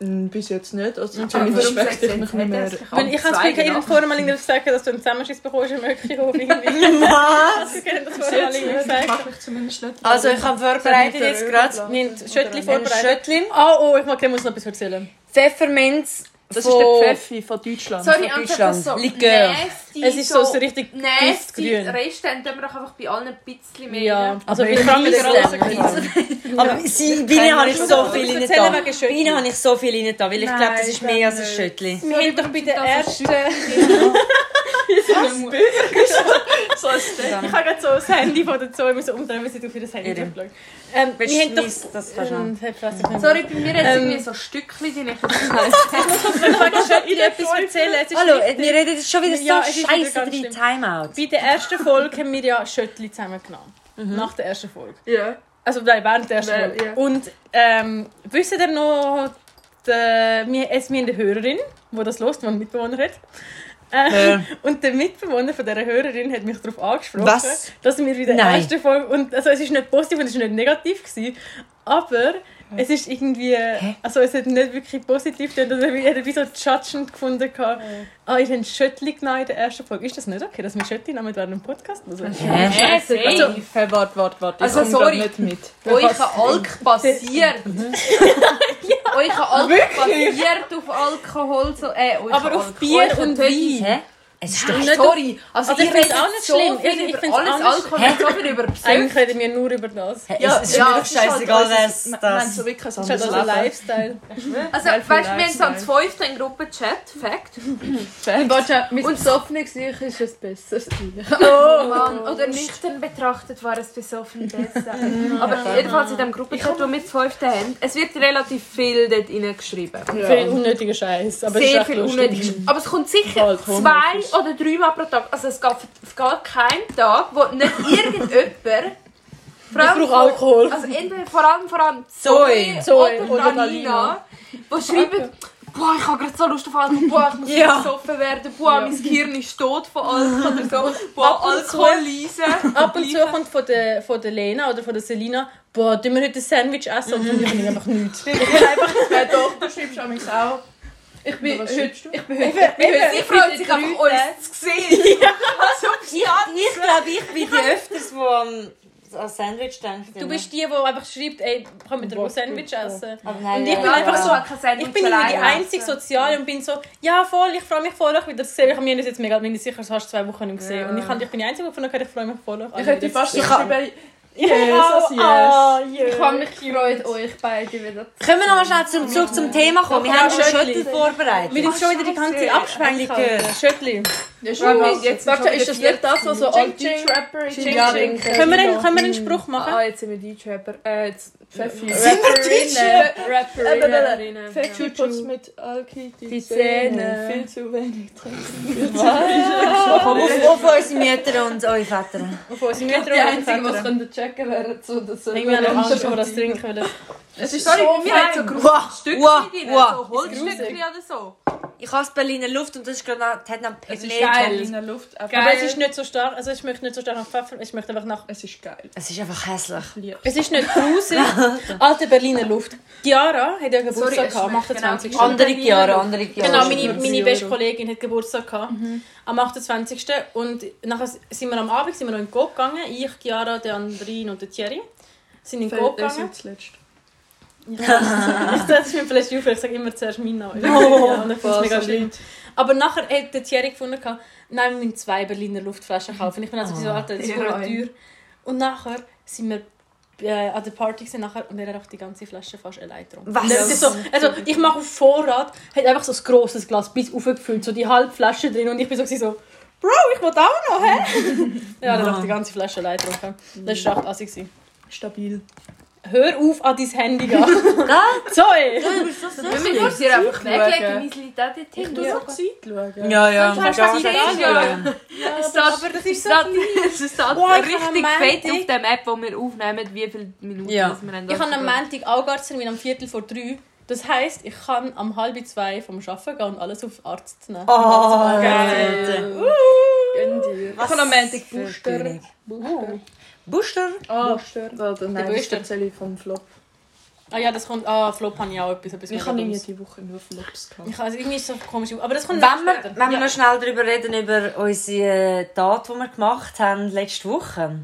S5: Mm, Bis jetzt nicht, also
S1: Warum
S5: zumindest
S1: sagst
S5: schmeckt
S1: du
S5: ich mich nicht
S1: jetzt nicht,
S5: mehr.
S1: dass ich
S2: Weil ich habe das Gefühl,
S1: abzweigen
S2: irgendwo vorher mal irgendwas sagen, dass du einen Zusammenschiss bekommst im Ökkelhof. irgendwie.
S3: Was?
S2: Ich habe das
S5: Bis
S2: vorher mal
S5: jetzt
S2: irgendwas
S5: nicht, ich
S2: sagen.
S5: mache mich zumindest nicht.
S3: Also, ich habe vorbereitet jetzt gerade
S2: Wir haben Schöttli
S3: ein
S2: vorbereitet.
S3: Schöttchen.
S2: Oh, oh, ich mag dir muss noch etwas erzählen.
S3: Pfefferminz.
S5: Das ist
S3: von-
S5: der Pfeffi von Deutschland.
S1: Sorry,
S3: Von
S1: Antje, das ist so
S3: Deutschland. Likör.
S1: nasty,
S2: Es ist so, so richtig
S1: Nein, die
S2: grün.
S1: Reste haben wir doch einfach bei allen ein bisschen mehr.
S2: Ja, also
S3: Aber
S2: wir
S3: ich
S2: fragen
S3: liebe
S2: den
S3: es
S2: grossen Kreis.
S3: Aber sie, bei ihnen habe ich so viel rein
S2: Erzähl
S3: da.
S2: wegen
S3: Bei
S2: Schöttli.
S3: ihnen habe ich so viel rein da, weil ich
S1: Nein,
S3: glaube, das ist
S1: dann
S3: mehr als ein
S1: nicht.
S3: Schöttli.
S2: Wir haben doch bei
S1: Also
S2: der ersten... Ich
S5: so ein Steak.
S2: habe gerade so das Handy von der Zoe müssen umdrehen, weil sie auf ihr Handy
S3: Irre.
S2: draufschaut. Ähm, wir haben doch...
S3: Schmeiss, das kannst du haben.
S1: Sorry, bei mir hat es
S2: Ähm.
S1: irgendwie so Stückchen, die nicht
S2: Ich kann dir etwas erzählen. Es ist
S3: Hallo,
S2: richtig-
S3: wir reden jetzt schon wieder so
S2: Ja, es ist wieder
S3: scheiße
S2: ganz
S3: drei
S2: schlimm.
S3: Timeout.
S2: Bei der ersten Folge haben wir ja Schöttli zusammengenommen. Nach der ersten Folge.
S7: Ja.
S2: Also Mhm. nein, während der ersten
S7: Nein,
S2: Folge.
S7: ja.
S2: Und ähm, wisst ihr noch, die, wir, es, wir haben eine Hörerin, die das hört, die einen Mitbewohner hat. Äh,
S3: Äh,
S2: Und der Mitbewohner von dieser Hörerin hat mich darauf angesprochen,
S3: Was?
S2: dass wir wieder der
S3: Nein.
S2: ersten Folge... Und, also es ist nicht positiv und es war nicht negativ, gewesen, aber es ist irgendwie... Also es hat nicht wirklich positiv gedacht. Also ich habe wie so judgend gefunden. gehabt. Ah, ihr habt Schöttli genommen in der ersten Folge. Ist das nicht okay, dass wir Schöttli nehmen während dem Podcast? Also,
S3: hä?
S1: Also,
S5: Hey, warte, warte, warte, ich
S1: Also,
S5: also, komme
S1: sorry.
S5: sorry. nicht mit.
S1: euch Alk basiert. Euch Alk basiert auf Alkohol. So, äh, euch
S2: Aber auf Bier und Wein.
S3: Hä? Es ist
S2: Nein,
S3: doch...
S2: nicht-
S1: Sorry, also,
S2: Also,
S1: ich
S2: ich find's
S1: rede
S2: auch nicht
S1: so
S2: schlimm.
S1: viel
S2: Ich- ich
S1: über
S2: find's
S1: alles
S2: auch nicht
S1: Alkohol,
S3: schlimm.
S1: so viel über
S2: Eigentlich
S1: Psyche.
S2: reden wir nur über das.
S3: Hä,
S5: Ja,
S3: es ist
S5: ja,
S3: mir doch
S5: es ist halt
S3: scheißegal,
S5: unser-
S3: wer es
S5: Wir haben
S3: das...
S5: so wirklich ein
S2: Das ist halt
S5: anderes
S2: unser
S5: Leben.
S2: Lifestyle.
S1: Also,
S5: Weil
S1: weißt
S5: viel
S1: du, wir haben so am
S5: Lifestyle.
S1: 12. in Gruppenchat, Fact.
S4: Mit besoffenen Gesicht ist es besser.
S1: Oh Mann, oder nüchtern betrachtet war es besoffen besser. Aber jedenfalls in dem Gruppenchat, wo wir zu fünften haben, es wird relativ viel dort reingeschrieben.
S2: Viel unnötiger Scheiß. Aber
S1: Sehr
S2: es ist
S1: viel
S2: echt lustig.
S1: unnötig. Aber es kommt sicher
S2: Voll komisch.
S1: zwei oder dreimal pro Tag. Also es geht, es geht kein Tag, wo nicht irgendjemand... Vor allem
S2: braucht
S1: wo-
S2: Alkohol.
S1: Also entweder vor allem, vor allem Zoe,
S2: Zoe
S1: oder,
S2: oder
S1: Alina, die schreiben... Boah, ich habe gerade so Lust auf Alkohol, boah, ich muss
S3: Ja.
S1: besoffen werden, boah, mein Gehirn ist tot von Alkohol oder so, boah,
S2: Ab und zu-
S1: Alkoholyse.
S2: Ab und zu kommt von der, von der Lena oder von der Selina, boah, dürfen wir heute ein Sandwich essen? Und dann machen wir einfach nichts.
S4: Ja, doch, du schreibst an mich auch. Ich bin
S7: Also,
S4: heute... Ich bin heute...
S1: Sie freut sich einfach, uns zu sehen.
S3: Ich, ich glaube, ich bin die öfters, die am an Sandwich denkt.
S2: Du bist die, die einfach schreibt, ey, komm mit dir ein Sandwich essen.
S3: Aber nein,
S2: Und ich
S3: nein,
S2: bin
S3: nein,
S2: einfach
S3: nein.
S2: so-
S1: so,
S2: Ich bin immer die einzige Soziale und bin so, ja voll, ich freue mich voll, euch wieder zu sehen. Ich habe mich jetzt mega, bin ich sicher, das hast du zwei Wochen nicht gesehen. Und ich, hab, ich bin die Einzige, die von euch gehört, ich freue mich voll, euch
S4: Ich
S2: alle
S4: hätte
S2: wieder
S4: fast
S2: zu sehen.
S4: noch geschrieben...
S2: Jesus, yes.
S4: Ich habe mich gefreut, euch beide wieder zu
S3: Können wir noch mal schnell zum, zurück zum Thema kommen? Wir
S2: Ja,
S3: haben schon
S2: Schöttli.
S3: Schüttel vorbereitet.
S2: Wir sind schon wieder die ganze Zeit abschwenken. Schöttli.
S4: sehen. Jetzt ist das nicht das, was so alt
S1: Rapper,
S4: Ja, Jing.
S2: Können wir, einen, können wir einen Spruch machen?
S1: Ah, jetzt sind wir DJ-Rapper. Äh, jetzt Pfeffi. äh,
S4: Rapperinnen. Äh, Rapperinnen.
S5: Fett putzt mit Alki die
S4: Die
S5: Zähne.
S4: Zähne.
S5: Viel zu wenig trinken.
S3: Auf, auf unsere Mütter und eure Väter.
S2: Auf unsere Mütter
S4: Die
S2: und
S4: einzigen, die es
S2: Väter.
S4: können checken wären so das
S2: Irgendwie haben wir Angst, dass wir das trinken wollen.
S1: Es ist sorry, wir haben so Grundstücke
S3: Wow,
S1: mit ihnen,
S3: wow.
S1: so Holzstücke oder so.
S3: Ich hasse Berliner Luft und das ist gerade nach, hat nach
S5: Es ist
S3: Pimento.
S5: geil. In der Luft. aber
S2: Aber es ist nicht so stark, also ich möchte nicht so stark nach Pfeffer, ich möchte einfach nach...
S5: Es ist geil.
S3: Es ist einfach hässlich.
S2: Es ist nicht grusig. Alte Berliner Luft. Chiara hat ja
S1: Sorry,
S2: Geburtstag
S1: es
S2: gehabt, am
S1: schmeckt
S2: 28.
S1: genau
S3: Andere Jahre, andere Jahre.
S2: Genau, meine,
S5: Euro.
S2: meine beste Kollegin hat Geburtstag gehabt, am 28. Und nachher sind wir am Abend sind wir noch in den Coop gegangen. Ich, Chiara, der Andrin und der Thierry sind in den Coop
S5: Das
S2: gegangen.
S5: ist zuletzt.
S2: Ich setze mich vielleicht auf, ich sage immer zuerst meinen Namen. Ja, und ich finde es mega schlimm. Aber nachher hat der Thierry gefunden, gehabt, nein, wir müssen zwei Berliner Luftflaschen kaufen. Ich bin also so, Alter, das ist voll teuer. Und nachher sind wir äh, an der Party gewesen, nachher, und er hat auch die ganze Flasche fast allein getrunken.
S3: Was?
S2: Und er hat So, also ich mache auf Vorrat, hat einfach so ein grosses Glas bis aufgefüllt, so die halbe Flasche drin und ich bin so, gewesen, so Bro, ich will auch noch, hä? ja, er hat auch die ganze Flasche allein getrunken. Das war echt assig. gewesen.
S5: Stabil.
S2: Hör auf an dein Handy gehen. so, ey.
S1: Wir müssen dir einfach
S5: schauen.
S1: weglegen, mein Leid auch
S5: Ich tu
S1: dort
S5: noch Zeit schauen.
S3: Ja, ja.
S1: Du hast was gesehen, ja.
S2: Das, aber das ist so
S1: Es ist halt
S2: Wow, ich habe
S1: richtig
S2: am
S1: fett
S2: Montag-
S1: auf der App, wo wir aufnehmen, wie viele Minuten
S3: Ja.
S1: das wir haben.
S2: Ich habe am Montag auch Arzttermin am Viertel vor drei. Das heisst, ich kann am halb zwei vom Arbeiten gehen und alles auf Arzt nehmen.
S3: Oh,
S2: Geil.
S3: Leute.
S4: Gönn dir.
S3: Was
S4: am Montag
S3: für
S4: Booster.
S3: König. Booster?
S7: Oh,
S4: Ah, Oder nein,
S2: Der
S4: das
S2: Booster.
S4: erzähle ich vom Flop.
S2: Ah ja, das kommt... Ah, Flop habe ich auch etwas. etwas
S5: Ich
S2: mega
S5: habe irgendwie
S2: Dummes.
S5: die Woche nur Flops gehabt.
S2: ich also irgendwie ist es so komisch. Aber das kommt
S3: Wenn wir,
S2: später.
S3: wenn wir noch schnell darüber reden, über unsere äh, Tat, die wir gemacht haben letzte Woche.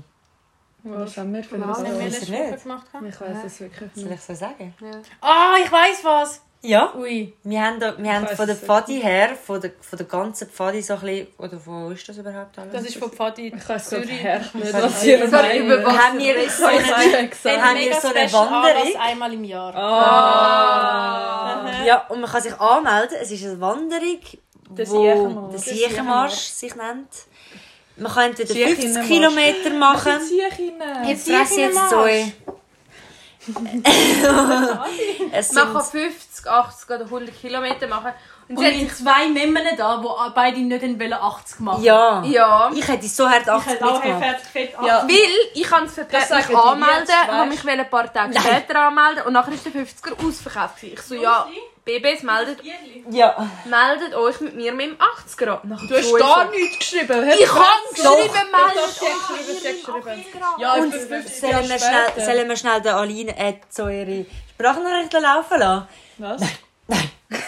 S4: Was haben wir für
S1: Was?
S2: Wenn
S4: ein
S2: wir
S3: Weiss
S2: letzte
S3: ich nicht.
S2: Woche gemacht haben.
S4: Ich weiß es wirklich
S3: Soll
S4: nicht.
S3: ich so sagen?
S2: Ah, ich weiss was!
S3: Ja.
S2: Ui.
S3: Wir haben, da- wir haben von der Pfadi her, von der, von der ganzen Pfadi so ein bisschen, oder wo ist das überhaupt alles?
S2: Das ist von Pfadi.
S4: Ich weiß gerade
S2: Zürich.
S4: her nicht,
S3: weiß
S4: was ihr
S1: Sorry, über
S4: meint.
S1: was?
S3: haben wir so eine,
S2: Hat
S3: haben
S2: mega
S3: wir so
S2: special
S3: eine
S2: Anlass
S3: Wanderung.
S2: einmal im Jahr.
S1: Ah.
S2: Aha.
S3: Ja, und man kann sich anmelden. Es ist eine Wanderung,
S5: Der
S3: wo
S5: Siechenmarsch. Der
S3: der Siechenmarsch sich nennt. Man kann entweder 50
S5: Siechenmarsch.
S3: Kilometer machen.
S5: Zieh ich rein.
S3: Jetzt fress jetzt Zoe. es
S1: Man kann
S3: sind,
S1: 50, 80 oder 100 Kilometer machen. Und
S2: Und
S1: sie
S2: es
S1: hat sich...
S2: sind zwei Männer da, die beide nicht in 80 machen
S3: ja.
S1: Ja.
S3: Ich hätte so hart 80
S2: Ich habe auch
S3: mitgemacht.
S2: fett, fett
S5: Ja.
S1: Weil ich kann es vergessen,
S5: Das
S1: mich
S5: sagen die
S1: anmelden,
S5: jetzt, weißt?
S1: habe mich ein paar Tage später anmelden und nachher ist der 50er ausverkauft. gewesen. Ich so, ja, BBs meldet,
S3: Ja.
S1: meldet euch mit mir mit dem 80er an. Nachher
S5: Du hast
S1: so,
S5: gar nichts geschrieben. Hör
S1: Ich
S5: auf.
S1: habe geschrieben, meldet
S5: Doch,
S1: euch
S5: ich
S1: mit
S5: habe geschrieben.
S1: mir im 80er an.
S5: Ja,
S3: Und
S5: ich bin 50
S3: sollen wir,
S5: Jahre
S3: schnell,
S5: später.
S3: sollen wir schnell den Aline, äh, so ihre Sprachnachrichten laufen lassen?
S5: Was?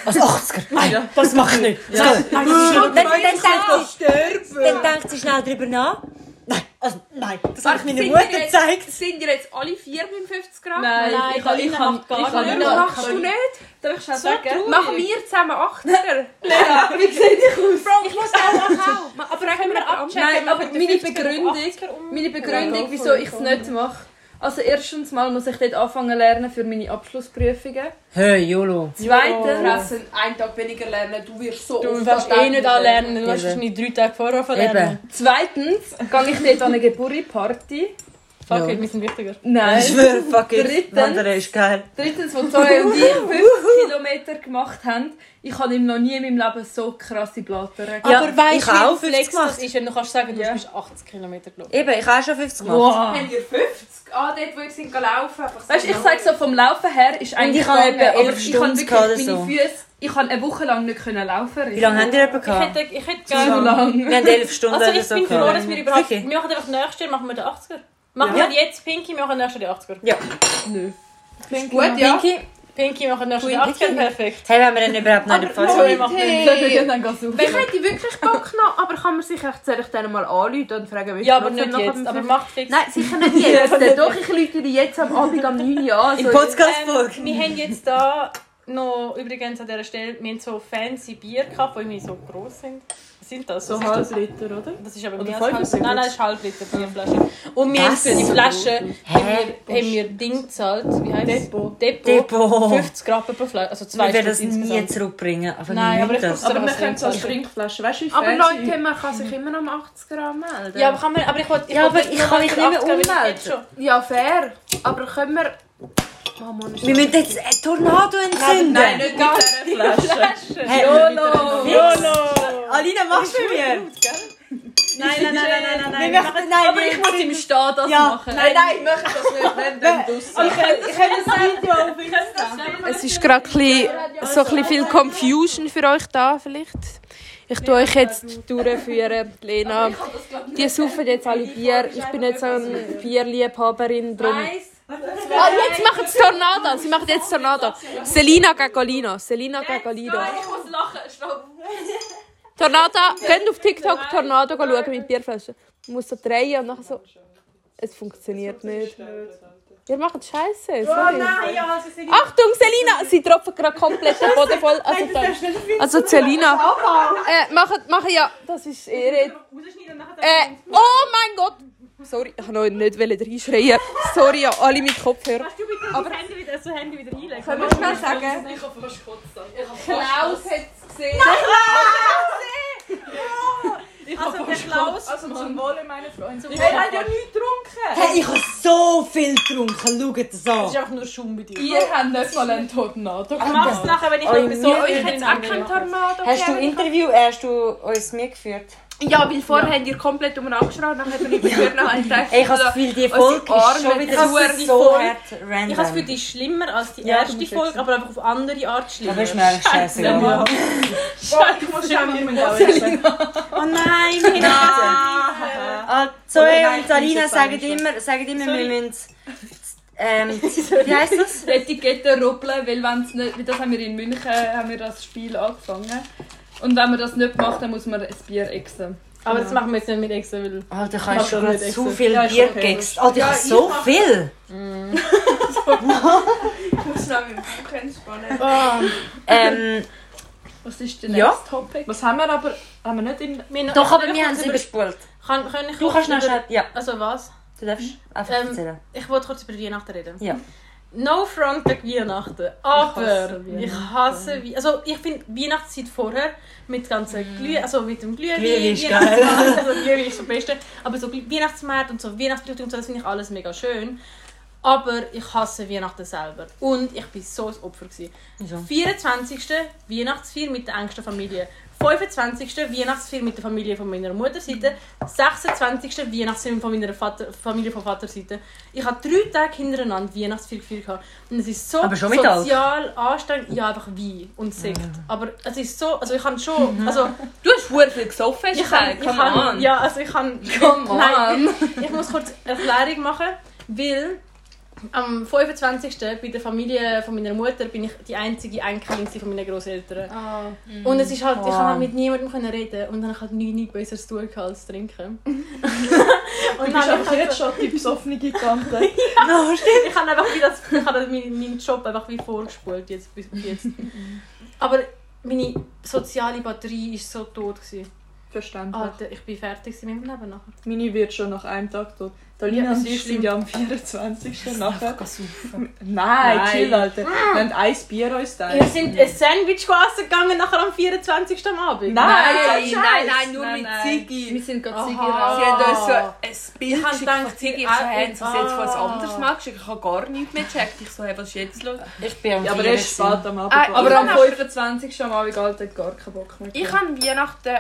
S3: Also 80er? Nein,
S5: Ja.
S3: das mache ich nicht. Das geht nicht. Nein, das ist schon- Dann, dann, denkt sie,
S5: sterben.
S3: dann denkt sie schnell drüber nach. Nein, also, nein, das habe
S1: Warte,
S3: ich meiner
S1: sind
S3: Mutter
S1: wir jetzt-
S3: gezeigt.
S1: Sind ihr jetzt alle vier beim 50er an?
S4: Nein,
S2: Nein,
S4: ich kann
S2: Alina
S4: ich kann
S2: macht gar
S4: ich kann
S2: nichts.
S1: Das machst
S4: kann-
S1: du nicht?
S2: Darf ich schnell sagen?
S4: Machen wir zusammen 80er?
S1: Ich muss auch machen.
S4: Aber können wir ab.
S7: Nein, aber meine Begründung,
S4: um
S2: Begründung.
S7: meine
S2: Ja,
S7: Begründung,
S2: go
S7: wieso
S2: for it,
S7: ich es
S2: go
S7: nicht mache. Also erstens mal muss ich dort anfangen lernen für meine Abschlussprüfungen.
S3: Hey, YOLO.
S7: Zweitens,
S4: einen Tag weniger lernen, du wirst so
S2: Du wirst eh nicht anlernen, du wirst
S3: Eben.
S2: wahrscheinlich drei Tage vorher verlernen.
S3: Eben.
S7: zweitens gehe ich dort an eine Geburtstagsparty.
S2: Fuck
S3: Ja.
S2: it, wir sind wichtiger.
S3: Ich
S7: Nein.
S3: schwöre, fuck it.
S7: Drittens.
S3: Wandern ist geil.
S7: Drittens, wo Zoe und ich 50 Kilometer gemacht haben, ich habe ihm noch nie in meinem Leben so krasse Blattern.
S3: Ja,
S2: aber weißt
S3: ich
S2: du,
S3: habe auch
S2: wie
S3: 50
S2: flex das
S3: gemacht.
S2: ist, wenn du kannst sagen, du
S7: Ja.
S2: bist 80 km gelaufen.
S3: Eben, ich habe auch schon 50 gemacht.
S7: Wow.
S4: Haben Also, ihr 50? Ah, dort, wo ihr sind gelaufen.
S7: Weißt du, ich
S4: genau.
S7: sage so, vom Laufen her ist eigentlich
S3: ich habe
S7: gegangen,
S3: etwa elf
S7: aber ich
S3: Stunden
S7: habe
S3: gehabt oder
S7: wirklich
S3: so.
S7: meine Füße, ich habe eine Woche lang nicht können laufen.
S3: Wie lange habt ihr jemanden
S2: Ich
S3: gehabt?
S2: hätte, ich hätte
S7: Zu
S2: gerne...
S7: lang.
S3: Wir haben 11 Stunden
S2: Also
S3: oder
S2: ich
S3: so
S2: bin froh, dass wir überhaupt...
S3: Wirklich?
S2: Wir machen einfach nächstes Jahr machen wir den 80er. Machen
S3: Ja.
S2: wir jetzt Pinky, wir machen nächstes Jahr den 80er.
S3: Ja.
S4: gut, ja.
S3: Pinky,
S2: Pinky, wir machen nächstes Jahr den 80er, perfekt.
S3: hey, wenn wir denn überhaupt noch in der Pfalz
S2: Sorry,
S3: sind?
S2: mach nicht.
S4: Hey.
S7: Dann gehst du
S4: Ich hätte wirklich Bock noch, aber kann man sich echt soll ich dann mal anrufen und fragen, wie
S2: Ja,
S4: viel
S2: aber
S4: Prozent
S2: nicht
S4: noch
S2: jetzt,
S4: haben
S2: aber
S4: wir?
S2: macht fix.
S4: Nein, sicher nicht jetzt. Doch, ich rufe dir jetzt am Abend am 9 Uhr an.
S3: In
S4: so-
S3: Podcastburg.
S2: Ähm, wir haben jetzt da noch, übrigens an dieser Stelle, wir haben so fancy Bier gehabt, die irgendwie so gross sind. Was sind das?
S5: So
S2: Was ist das?
S5: halb Liter, oder?
S2: Das ist aber
S5: Oder
S2: mehr
S5: voll
S2: als halb.
S5: bisschen
S2: Nein, nein,
S5: gut.
S2: das ist halb Liter Bierflasche. Und wir haben
S3: Was?
S2: für die Flasche haben
S3: Hä?
S2: wir, haben wir Ding gezahlt. Wie heißt Depot. Depot.
S3: Depot.
S2: 50 Rappen pro Flasche. Also zwei
S3: Wir werden das
S2: Stück
S3: nie
S2: insgesamt.
S3: zurückbringen. Aber
S2: Nein, aber ich
S3: das.
S2: muss-
S5: Aber
S2: was
S5: man könnte es als
S2: trinken.
S5: Trinkflasche. Weißt du, wie
S4: Aber
S5: fancy-
S4: Leute, man kann sich immer noch um am 80 Gramm melden.
S2: Ja, aber kann man, aber ich wollte,
S3: Ja, aber
S2: wollte
S3: ich
S2: nur
S3: kann mich
S2: für
S3: nicht mehr
S2: 80er, weil ich
S3: ummelden.
S2: jetzt schon-
S4: Ja, fair. Aber können wir... Oh Mann, ist
S3: Wir müssen jetzt einen Tornado entzünden.
S5: Nein, nicht mit dieser Flasche.
S3: Hey,
S7: YOLO!
S2: YOLO!
S3: Alina, machst du mir?
S2: Nein, nein, nein, nein, nein, nein, nein.
S3: Wir machen- nein,
S2: aber
S3: wir-
S2: ich muss im Stehen das
S3: Ja.
S2: machen.
S5: Nein, nein, ich mache das nicht, wenn dann draussen.
S4: Es ist gerade ein bisschen, so ein bisschen viel Confusion für euch da vielleicht. Ich tue euch jetzt durchführen, die Lena. Die saufen jetzt alle Bier. Ich bin nicht so eine Bierliebhaberin. Drum. Ah, jetzt machen sie Tornado. Sie machen jetzt Tornado. Selina gegen Lina. Selina gegen Lina.
S2: muss lachen, stopp.
S4: Tornado. Geht auf TikTok Tornado schauen mit Bierflaschen. Man muss so drehen und nachher so... Es funktioniert nicht. Ihr macht Scheiße.
S2: Oh
S4: Sorry.
S2: also
S4: Achtung, Selina! Sie tropfen gerade komplett den Boden voll. Also, dann- also Selina. Äh, machen, machen ja. Das ist ihr. Äh, oh mein Gott! Sorry, ich wollte noch nicht reinschreien. Sorry an alle mit Kopfhörer.
S2: Kannst du bitte das Handy wieder, also Handy wieder einlegen?
S4: Können wir schnell sagen?
S2: Ich kann fast kotzen.
S4: Klaus hat es gesehen.
S2: Also der Klaus...
S5: Also zum Wohle meiner Freunde.
S2: Ich kann
S5: ja nichts getrunken.
S3: Hey, ich habe so viel getrunken. Schaut das
S2: Das ist
S3: an.
S2: einfach nur Schaum bei dir.
S7: Ihr habt nicht mal einen Tornado
S2: Ich mach's nachher, wenn ich
S3: Oi,
S2: etwas so...
S3: mir-
S2: Ich hätte auch keinen Tornado.
S3: Hast du Interview, äh, hast du uns mitgeführt?
S4: Ja, weil vorher habt ihr komplett um angeschaut, nachher bin ich gehört noch einen Text.
S3: Ey, ich
S2: Also,
S3: habe das Gefühl, die Folge ist
S4: Arme
S3: schon wieder
S2: tun, die
S3: so
S2: Folge.
S3: hart random.
S2: Ich habe es für dich schlimmer als die
S3: Ja, du
S2: erste
S3: musst
S2: Folge, aber einfach auf andere Art schlimmer.
S3: Aber ist mir eigentlich scheißegal.
S2: Ich muss schon mit Oh nein, wir haben
S3: Ah,
S2: Oh,
S3: Zoe und Alina sagen immer, sagen immer wir
S2: Sorry.
S3: müssen... Ähm, wie heisst das?
S7: Etiketten rubbeln, weil wenn's nicht, weil das haben wir in München haben wir das Spiel angefangen. Und wenn man das nicht macht, dann muss man ein Bier exen.
S2: Aber das machen wir jetzt nicht mit Excel, weil...
S3: Alter, ich
S2: Mach
S3: habe schon
S2: doch nicht
S3: gerade
S2: extra.
S3: zu viel
S2: Ja, ist
S3: Bier
S2: okay.
S3: gegessen. Alter, ich habe so viel.
S2: Oh.
S5: Oh.
S3: Ähm,
S7: Was ist denn
S3: Ja.
S7: nächste Topic?
S5: Was haben wir aber... Haben wir nicht im...
S2: Wir noch-
S3: doch, aber
S2: ich
S3: wir
S2: kann
S3: haben es
S2: über-
S3: überspult.
S2: Kann, kann ich
S3: Du
S2: kurz
S3: kannst noch
S2: über-
S3: schnell... Ja,
S2: Also was?
S3: du darfst einfach
S2: Ähm,
S3: erzählen.
S2: Ich wollte kurz über Weihnachten reden.
S3: Ja.
S2: No front gegen Weihnachten. Aber
S7: hasse
S2: ich hasse Weihnachten. Also ich finde Weihnachtszeit vorher mit ganzen Glüh, also mit dem Glühwein.
S3: Mhm. Glühwein ist
S2: Weihnachtsmarkt, Also Glühwein ist das Beste. Aber so Weihnachtsmärkte und so Weihnachtsleute und so, das finde ich alles mega schön. Aber ich hasse Weihnachten selber. Und ich bin so ein Opfer gewesen.
S3: Wieso?
S2: 24. Weihnachtsfeier mit der engsten Familie. 25. Weihnachtsfeier mit der Familie von meiner Mutterseite. 26. Weihnachtsfeier von meiner Vater, Familie von Vaterseite. Ich habe drei Tage hintereinander Weihnachtsfeier gefeiert. gehabt. Und es ist so
S3: Aber schon mit Alk? Ah.
S2: sozial anstrengend. Ja, einfach Wein und Sekt. Aber es ist so... Also ich kann schon...
S3: Mhm.
S2: Also, du hast
S7: Hure viel gesoffen
S2: ich kann, ich kann, ja, also ich kann,
S7: Come on.
S2: Nein, ich muss kurz eine Erklärung machen, weil am 25. bei der Familie von meiner Mutter bin ich die einzige Enkelin gewesen von meinen Großeltern.
S7: Ah.
S2: Und es ist halt, ich konnte mit niemandem können reden und dann habe ich halt nie, nie Besseres zu tun gehabt als trinken. und
S5: Du
S2: dann
S5: bist
S2: habe ich
S5: einfach
S2: halt
S5: jetzt
S2: so,
S5: schon die besoffene Tante.
S2: ich habe einfach wie das, ich habe meinen, meinen Job einfach wie vorgespult jetzt bis jetzt. Aber meine soziale Batterie ist so tot gewesen.
S5: Verständlich.
S2: Alter, ich bin fertig gewesen mit meinem Leben nachher.
S5: Meine wird schon nach einem Tag tot. Talina
S2: Ja,
S5: und
S2: es ist
S5: ich sind
S2: schlimm.
S5: ja am 24. nachher. Nein,
S2: Nein.
S5: chill, Alter. Wir haben ein Bier uns
S2: Wir
S5: teilen.
S2: sind ein Sandwich essen gegangen nachher am 24. am
S5: Nein,
S2: Abend.
S1: nein, nein, nur
S5: Nein,
S1: mit
S5: nein.
S1: Ziggy.
S7: Wir sind gerade Sigi
S2: Aha.
S7: raus.
S1: Sie haben uns so ein Bild
S2: Ich hab
S1: geschickt von
S2: gedacht,
S1: Ziggy. Ich
S2: ah,
S1: so, hey, jetzt, was jetzt
S2: ah.
S1: was anderes machst? Ich habe gar nichts mehr gecheckt. Ich so, hey, was ist jetzt los?
S3: Ich bin am
S5: Ja, aber
S3: Feiern
S5: er ist
S3: gewesen.
S5: spät am Abend.
S1: Ah,
S5: geworden.
S7: Aber am
S1: Ich kann
S7: 25. am Abend Alter, hat gar keinen Bock mehr.
S1: Ich habe Weihnachten...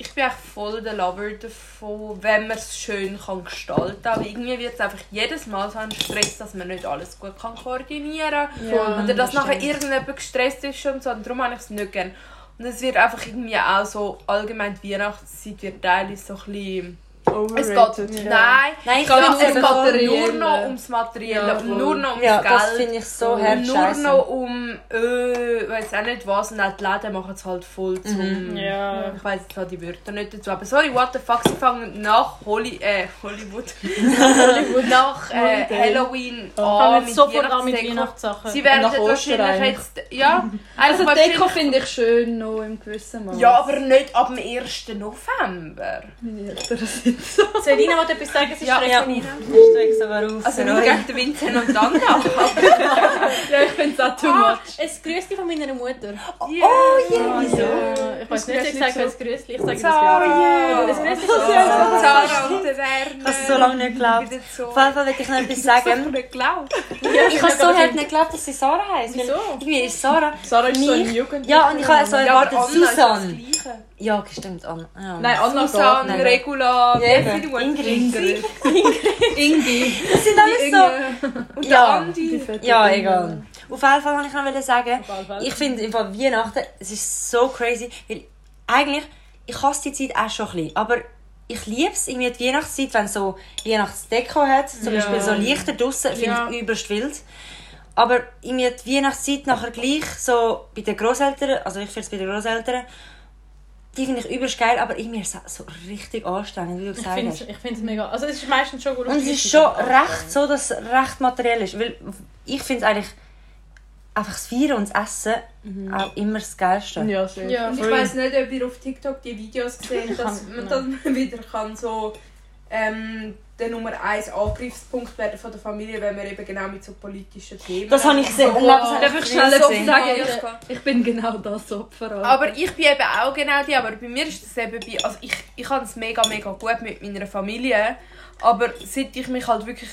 S1: Ich bin echt voll der Lover davon, wenn man es schön kann gestalten kann. Aber irgendwie wird es einfach jedes Mal so ein Stress, dass man nicht alles gut kann koordinieren kann.
S7: Ja.
S1: Oder dass nachher irgendjemand gestresst ist und so. Und darum habe ich es nicht gern. Und es wird einfach irgendwie auch so, allgemein die Weihnachtszeit wird teilweise so ein bisschen...
S5: Overrated.
S1: Nein,
S3: Nein, ich
S1: ja,
S3: finde
S1: es
S3: es
S1: geht
S3: aber-
S1: nur noch ums Materielle
S7: Ja,
S1: und nur noch ums
S3: Ja, das
S1: Geld.
S3: finde ich so
S1: und nur
S3: herzscheiße.
S1: noch um, äh, weiß auch nicht was, und auch die Läden machen es halt voll zum...
S2: Mhm. Ja.
S1: Ich weiß jetzt auch die Wörter nicht dazu, aber sorry, what the fuck, sie fangen nach Holly, äh, Hollywood, nach äh, Halloween an
S3: Oh,
S2: Fangen
S1: mit
S2: sofort an mit
S1: Weihnachtsdeko.
S2: Weihnachtssachen.
S1: Sie werden
S5: Und nach
S1: jetzt
S5: Ostern
S1: wahrscheinlich jetzt, ja,
S2: Mhm.
S1: also
S7: Also Deko finde ich schön, noch im gewissen Maß.
S1: Ja, aber nicht ab dem 1. November.
S7: Meine Eltern sind so.
S2: Selina wollte etwas sagen, sie
S1: Ja,
S2: schreibt
S3: ja.
S2: Selina.
S3: Ich steig's aber auf.
S1: Also
S3: für
S1: nur
S3: euch.
S1: gegen den Vincent und Anna.
S7: Ja, ich finde es auch too
S2: Ah,
S7: much.
S2: es grüßt dich von meiner Mutter.
S3: Ah,
S1: Oh,
S2: Ja, Ich weiß nicht,
S1: grüßt
S2: ich
S1: nicht
S2: sage es grüßt dich, ich sage es
S3: Oh,
S1: Sarah!
S2: grüßt dich. Es grüßt dich von Sarah.
S1: Sarah und der Werner.
S3: Ich habe es so lange nicht geglaubt.
S1: Wieder so.
S3: Auf jeden Fall will ich noch etwas sagen.
S1: nicht geglaubt.
S3: Ich habe so hart nicht geglaubt, dass sie Sarah heisst. Weil Irgendwie ist Sarah...
S5: Sarah ist so ein
S3: Mich?
S5: Jugendlicher.
S3: Ja, und ich habe so erwartet, Susan.
S1: ist das Gleiche.
S3: Ja, stimmt, Anna. Ja.
S5: Nein, Anna
S1: Susan,
S5: geht nicht.
S3: Ja,
S1: Regula, wie viele
S3: eben.
S1: Mutter-
S3: Ingrid.
S1: Ingrid.
S3: Das sind alles so...
S1: Und der
S3: Ja.
S1: Andi.
S3: Ja, egal. Auf jeden Fall wollte ich noch sagen,
S2: jeden Fall.
S3: ich finde im Fall Weihnachten, es ist so crazy, weil eigentlich, ich hasse die Zeit auch schon ein bisschen, aber ich liebe es irgendwie die Weihnachtszeit, wenn es so Weihnachtsdeko hat, zum
S7: Ja.
S3: Beispiel so Lichter draussen, finde
S7: Ja.
S3: ich übelst wild. Aber irgendwie die Weihnachtszeit nachher gleich, so bei den Großeltern, also ich finde es bei den Großeltern, die finde ich übelst geil, aber irgendwie ist es so richtig anstrengend, wie du
S2: Ich
S3: gesagt
S2: finde
S3: hast.
S2: es- Ich finde es mega. Also es ist meistens schon gut.
S3: Und es ist schon recht so, dass es recht materiell ist. Weil ich finde eigentlich einfach das Feiern und das Essen auch immer das Geilste.
S5: Ja, sehr.
S7: Ja,
S1: Und ich weiss nicht, ob ihr auf TikTok die Videos gesehen habt, dass
S2: kann-
S1: man dann wieder kann so ähm, der Nummer 1 Angriffspunkt werden von der Familie, wenn man eben genau mit so politischen Themen...
S3: Das habe ich gesehen.
S1: So,
S3: Nein, das habe
S7: Darf
S3: ich
S7: ich
S3: nicht
S7: schnell etwas
S3: gesehen.
S7: sagen? Ich, ich bin genau das Opfer. Alter.
S1: Aber ich bin eben auch genau die, aber bei mir ist das eben bei, also ich, ich habe es mega, mega gut mit meiner Familie, aber seit ich mich halt wirklich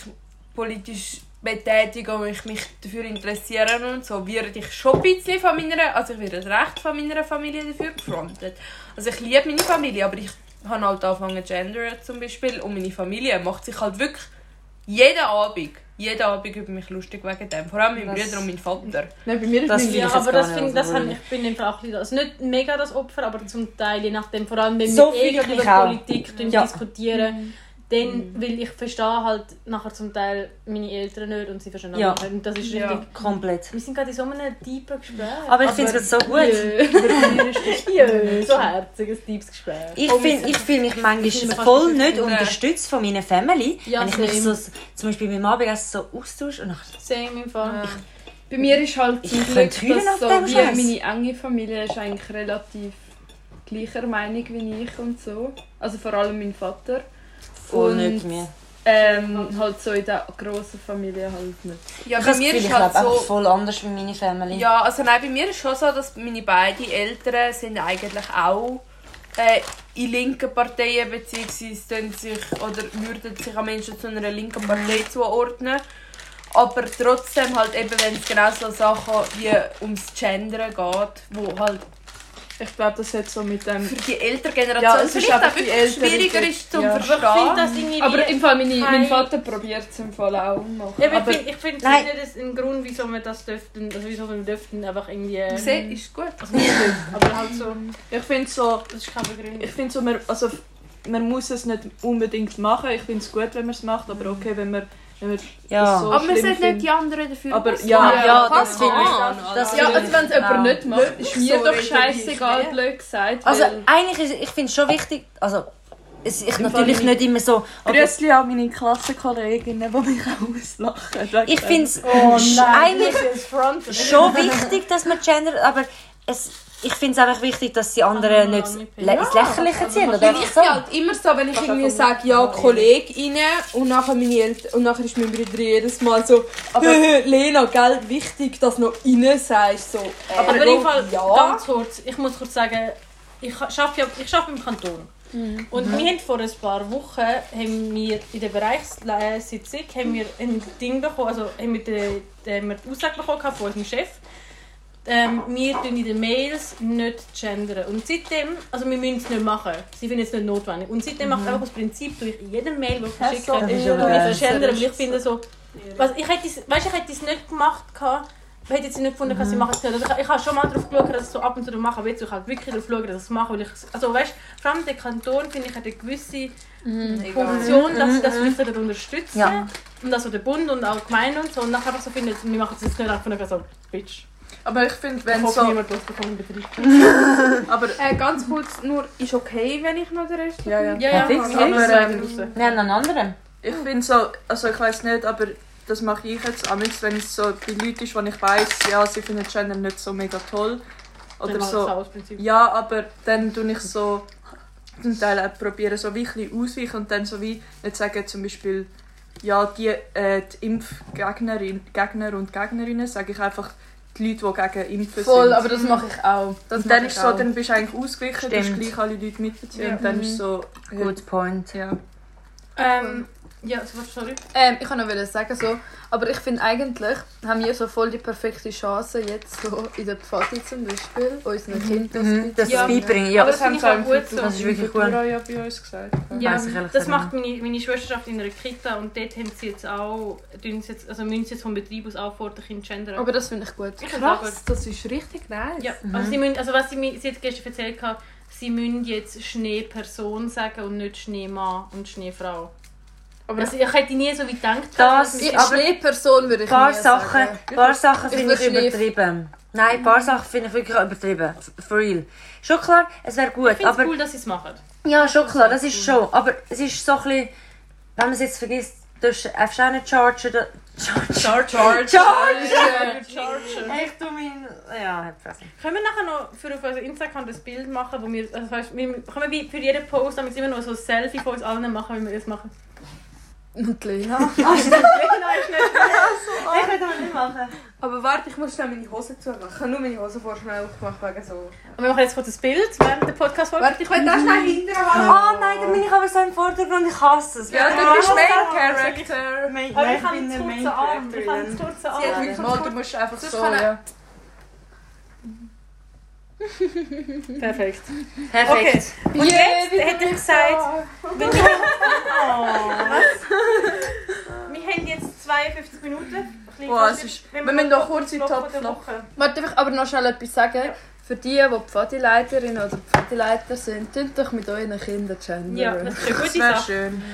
S1: politisch betätige und ich mich dafür interessiere und so, werde ich schon ein bisschen von meiner, also ich werde recht von meiner Familie dafür gefrontet. Also ich liebe meine Familie, aber ich habe halt angefangen zu gendern zum Beispiel und meine Familie macht sich halt wirklich jeden Abend, jeden Abend über mich lustig wegen dem, vor allem mein
S3: Das-
S1: Bruder und mein Vater.
S5: Nein, bei mir ist
S3: Das
S5: mein-
S3: finde
S2: Ja,
S3: ich jetzt
S2: aber
S3: gar
S2: das
S3: nicht
S2: finde ich, das
S3: so
S2: habe
S3: gut.
S2: ich bin im Fall auch ein bisschen- also nicht mega das Opfer, aber zum Teil je nachdem, vor allem wenn
S3: So
S2: wir eh
S3: fühle ich
S2: über
S3: mich auch.
S2: Politik
S3: Ja. Mhm.
S2: diskutieren, dann weil ich verstehe halt nachher zum Teil meine Eltern nicht und sie verstehen auch
S3: Ja.
S2: nicht. Und das ist richtig.
S1: Ja.
S3: Komplett.
S2: Wir sind gerade in so einem tiefen Gespräch.
S3: Aber ich finde es gerade so gut.
S2: Jö, so herziges, tiefes Gespräch.
S3: Ich, find, ich fühle mich
S2: sind
S3: manchmal
S2: fast
S3: voll
S2: nicht
S3: nicht
S1: verbunden.
S3: unterstützt von meiner Family,
S2: Ja,
S3: wenn ich mich so,
S2: same.
S3: zum Beispiel beim Abendessen so austausche und nachher
S2: Same im Fall.
S7: Bei mir ist halt
S3: Ich
S7: zum Glück,
S3: könnte heulen
S7: dass so
S3: nach dem
S7: wie
S3: Scheiß.
S7: meine enge Familie ist eigentlich relativ gleicher Meinung wie ich und so. Also vor allem mein Vater.
S3: voll
S7: Und-
S3: nicht mehr.
S7: Ähm, halt so in der grossen Familie halt nicht.
S1: Ja,
S3: Ich
S1: bei
S3: habe das
S1: mir
S3: Gefühl, ich
S1: ist
S3: lebe
S1: halt so...
S3: einfach voll anders wie meine Family.
S1: Ja, also nein, bei mir ist schon so, dass meine beiden Eltern sind eigentlich auch äh, in linken Parteien beziehungsweise tun sich oder würden sich am Menschen zu einer linken Partei
S5: Mhm.
S1: zuordnen. Aber trotzdem halt eben, wenn es genau so Sachen wie ums Gendern geht, wo halt
S5: Ich glaube, das hat so mit dem.
S1: für die ältere Generation
S5: Ja, es ist
S1: vielleicht auch
S5: einfach die
S1: wirklich
S5: ältere
S1: schwieriger ist zu
S5: Ja. Aber ich
S1: verstehen.
S2: Ich finde das irgendwie.
S7: Aber im Fall, meine,
S2: Kein-
S7: mein Vater probiert es im Fall auch noch.
S2: Eben,
S7: Aber
S2: ich finde, ich find,
S3: Nein.
S2: finde das ein Grund, wieso wir das dürften, also wieso wir dürften einfach irgendwie. äh,
S1: Gesehen, ist gut.
S2: Aber halt so,
S5: Ich finde so.
S2: das ist keine Begründung.
S5: Ich finde so, man, also, man muss es nicht unbedingt machen. Ich finde es gut, wenn man es macht, aber okay, wenn man Wenn wir
S3: Ja.
S5: das so
S1: Aber wir
S5: schlimm
S1: sollten
S5: finden.
S1: nicht die anderen dafür
S5: Aber
S1: ausnehmen.
S5: ja,
S7: Ja,
S5: ja,
S4: das
S5: das finde ich.
S4: kann.
S3: Das
S7: Ja,
S3: finde
S7: also
S3: ich-
S7: wenn es jemand
S3: Ah.
S7: nicht macht, ist mir
S1: so,
S7: doch
S1: wenn du
S7: scheißegal,
S1: bist,
S7: blöd gesagt.
S3: Also
S7: weil-
S3: eigentlich ist, ich finde es schon wichtig, also es, ich natürlich nicht immer so, aber
S5: Grüßli an meine Klassenkolleginnen, die mich auch auslachen. Wegen
S3: ich
S5: dem.
S3: finde es sch- eigentlich schon wichtig, dass man Gender, aber es, ich finde es einfach wichtig, dass die anderen nicht lä ins Lächerliche ziehen, oder
S4: Ich
S3: einfach so.
S4: bin halt immer so, wenn ich irgendwie sage, ja, Kolleginnen und nachher meine Eltern, und nachher ist mein Bruder jedes Mal so, aber Lena, gell, wichtig, dass du noch innen sagst, so.
S2: Aber
S4: äh,
S2: in dem Fall,
S4: ja.
S2: ganz kurz, ich muss kurz sagen, ich arbeite, ja, ich arbeite im Kanton. Und wir haben vor ein paar Wochen haben wir in der Bereichssitzung haben wir ein Ding bekommen, also haben wir die, die, haben wir die Aussage bekommen gehabt von unserem Chef. Ähm, wir tun in den Mails nicht gendern. Und seitdem, also wir müssen es nicht machen. Sie finden es nicht notwendig. Und seitdem macht einfach das Prinzip, tue ich in jedem Mail, das ich verschicke, tue ich es gendern. Weil ich finde so, was, ich hätte es, weißt, ich hätte es nicht gemacht gehabt, ich hätte jetzt nicht gefunden,
S5: Mhm.
S2: dass sie machen es nicht. Also ich, ich habe schon mal darauf geschaut, dass ich es so ab und zu mache, aber jetzt ich halt wirklich darauf schauen, dass ich es mache. Weil ich, es- also weißt, vor allem der Kanton, finde ich, hat eine gewisse
S5: Mhm.
S2: Funktion, dass sie das wirklich dort unterstützen.
S3: Ja.
S2: Und also der Bund und auch die Gemeinde und so. Und nachher einfach so finden, wir machen es jetzt nicht einfach von einer Person, bitch.
S5: Aber ich finde,
S2: Ich
S5: wenn
S2: hoffe,
S5: Ähm, so.
S2: niemand losbekommt im Betrieb.
S5: Aber
S1: Äh, ganz kurz, nur ist okay, wenn ich noch den Rest
S5: Ja, ja.
S2: Ja, ja,
S3: Perfekt.
S2: aber,
S5: Aber, ähm,
S2: ähm,
S3: Wir haben einen anderen.
S5: ich finde so, also ich weiß nicht, aber das mache ich jetzt am liebsten, wenn es so bei Leuten ist, wo ich weiß, ja, sie finden Gender nicht so mega toll. Oder so. Ja, aber dann tue ich so zum Teil auch probieren, so wie ein bisschen ausweichen und dann so wie nicht sagen, zum Beispiel, ja, die, äh, die Impfgegnerin Gegner und Gegnerinnen, sage ich einfach die Leute, die gegen Impfen
S7: Voll,
S5: sind. Mhm.
S7: aber das mache ich auch. Das
S5: und dann
S7: mache ich
S5: ist so,
S7: auch.
S5: dann bist du eigentlich ausgeglichen, du hast
S3: Stimmt.
S5: gleich alle Leute mitbeziehen und dann ist so,
S3: Good point.
S5: ja.
S2: Ähm, ja, so- sorry.
S7: Ähm, ich kann noch wollen sagen so, aber ich finde eigentlich haben wir so voll die perfekte Chance jetzt so in der Pfadi zum Beispiel unseren Kindern
S3: Mhm, das
S2: Ja.
S3: beibringen, ja.
S2: Aber
S3: Das
S2: das finde ich auch gut so.
S3: ist wirklich
S5: Cool.
S3: cool.
S5: ja bei uns gesagt.
S2: Ja,
S3: Weiss ich ehrlich
S2: das
S3: gesagt
S2: macht meine, meine Schwesterschaft in einer Kita und dort haben sie jetzt auch, tun sie jetzt, also müssen sie jetzt vom Betrieb aus auffordern, Kinder zu gendern.
S7: Aber das finde ich gut.
S2: ich finde das
S1: Krass, das ist richtig nice.
S2: Ja, also, sie müssen, also was sie, mir- sie hat gestern erzählt hat, sie müssen jetzt Schneeperson sagen und nicht Schneemann und Schneefrau. Aber also, ich hätte nie so weit gedacht.
S3: Das-
S2: dass
S7: Ich,
S2: ich-
S3: aber-
S7: Schneeperson würde
S3: Ein
S7: ich
S3: paar
S7: nie
S3: Sachen,
S7: sagen.
S3: paar Sachen
S7: Ich
S3: finde ich
S7: verschlief.
S3: übertrieben. Nein, ein paar Sachen finde ich wirklich übertrieben. F- For real. Schon klar, es wäre gut,
S2: Ich finde
S3: aber...
S2: es cool, dass sie es machen.
S3: Ja, schon klar, das ist schon. Aber es ist so ein bisschen... Wenn man es jetzt vergisst, du darfst darfst auch nicht chargen... da- Chargen?
S2: Charge.
S3: Charge.
S2: Charge.
S3: Echt, du mein... Ja, hat Fresse.
S2: Können wir nachher noch für auf unser Instagram ein Bild machen, wo wir, also weißt, wir können wir bei- für jeden Post damit immer noch so ein Selfie von uns allen machen, wie wir das machen.
S7: Und Lena.
S3: Ich will das nicht machen.
S1: Aber warte, ich muss schnell meine Hose zumachen. Ich habe nur meine Hose vor schnell aufgemacht wegen so.
S2: Und wir machen jetzt kurz ein Bild während der podcast folge
S1: Warte, ich will das schnell hinterher haben.
S3: Oh nein, dann bin ich aber so im Vordergrund, ich hasse es.
S5: Ja, du bist Main Character.
S2: Aber ich habe einen kurzen Arm. Ich habe einen kurzen Arm.
S5: Mal, du musst einfach so,
S7: kann er-
S5: ja.
S2: Perfekt.
S3: Perfekt.
S2: Und jetzt hätte ich gesagt, wenn wir,
S3: Oh.
S2: was? wir haben jetzt 52 Minuten. Ein bisschen
S5: Boah, es ist- wir müssen noch kurz in die
S2: Flop der
S5: Top-Flop.
S2: Woche.
S7: Warte, darf ich aber noch schnell etwas sagen? Für die, die Pfadileiterinnen oder Pfadileiter sind, tut doch mit euren Kindern gendern.
S2: Ja, das ist eine
S5: Das
S2: gute
S5: wäre
S2: Sache.
S5: schön.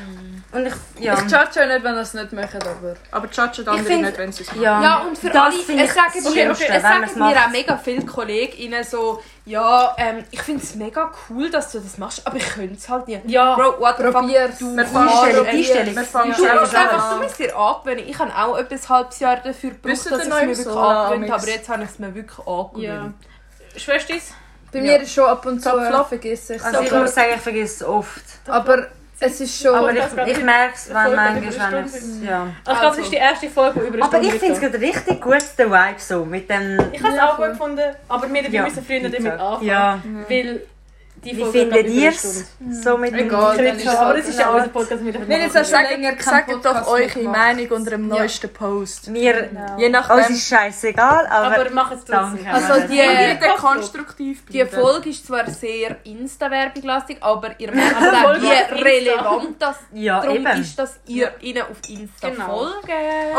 S3: Und ich... Ja.
S7: Ich judge ja nicht, wenn ihr es nicht macht, aber...
S5: Aber judgen andere
S3: find-
S5: nicht, wenn sie es machen.
S3: Ja.
S1: Ja, und für
S3: Ähm, Das
S1: alle,
S3: finde
S1: es
S3: ich
S1: sagen,
S3: das
S1: mir,
S3: Schlimmste,
S1: es
S3: wenn
S1: sagen
S3: man's
S1: mir
S3: macht.
S1: auch mega viele KollegInnen so, ja, ähm, ich finde es mega cool, dass du das machst, aber ich könnte es halt nicht.
S2: Ja.
S1: Bro, what the fuck?
S7: Probier's.
S1: Du
S5: Wir
S1: Ja,
S5: fangen
S3: Die Einstellung.
S5: Wir fangen
S1: Du musst
S5: schon
S1: einfach, du
S5: an.
S1: musst dir angewöhnen. Ich habe auch etwa ein halbes Jahr dafür
S5: Wisst
S1: gebraucht,
S5: ihr
S1: dass ich es
S5: noch
S1: mir
S5: im
S1: wirklich
S5: Solar
S1: angewöhnt
S5: Mix?
S1: habe. Aber jetzt habe ich es mir wirklich
S2: Ja.
S1: angewöhnt.
S2: Schwestis?
S7: Bei mir ist schon ab und zu...
S5: Flop.
S7: vergesse ich es.
S3: Also ich
S7: aber-
S3: muss sagen, ich vergesse es oft.
S7: Aber es ist schon...
S3: Aber
S2: das geht
S3: ich, ich
S2: nicht.
S3: merke es, wenn
S2: Das geht
S3: manchmal,
S2: nicht über eine
S3: wenn es...
S2: Stunde.
S3: Ja.
S2: Ich glaube, das ist die erste Folge, die über eine
S3: Aber
S2: Stunde
S3: ich finde es
S2: geht.
S3: gerade richtig gut, der Vibe so, mit dem...
S2: Ich habe es
S7: Ja,
S2: auch gut
S7: voll.
S2: gefunden, aber wir
S3: Ja.
S2: müssen früher damit anfangen.
S3: Ja,
S2: Weil die
S3: wie
S2: Folge geht
S3: findet
S2: über eine
S3: ihr
S2: Stunde.
S3: es? So mit dem...
S7: Egal, dann ist es
S2: Aber es
S7: halt-
S2: ist ja unser Podcast mit
S7: Nein, jetzt hast du länger keinen
S5: Sagt doch
S7: Podcast mehr
S5: eure
S7: gemacht.
S5: Meinung unter dem
S1: Also
S5: neuesten Post.
S3: Mir...
S5: Je
S3: Oh, es
S5: nachdem.
S3: ist scheißegal, aber...
S2: Aber mach es trotzdem.
S3: Danke.
S1: Also die,
S5: Bitte konstruktiv
S1: die
S5: bleiben.
S1: Folge ist zwar sehr Insta-Werbunglastig, aber ihr merkt auch,
S2: Folge auf
S1: wie
S2: Insta.
S1: relevant das
S3: ja,
S1: darum
S3: eben.
S1: ist, dass ihr ihnen auf Insta
S2: Genau.
S1: folgt.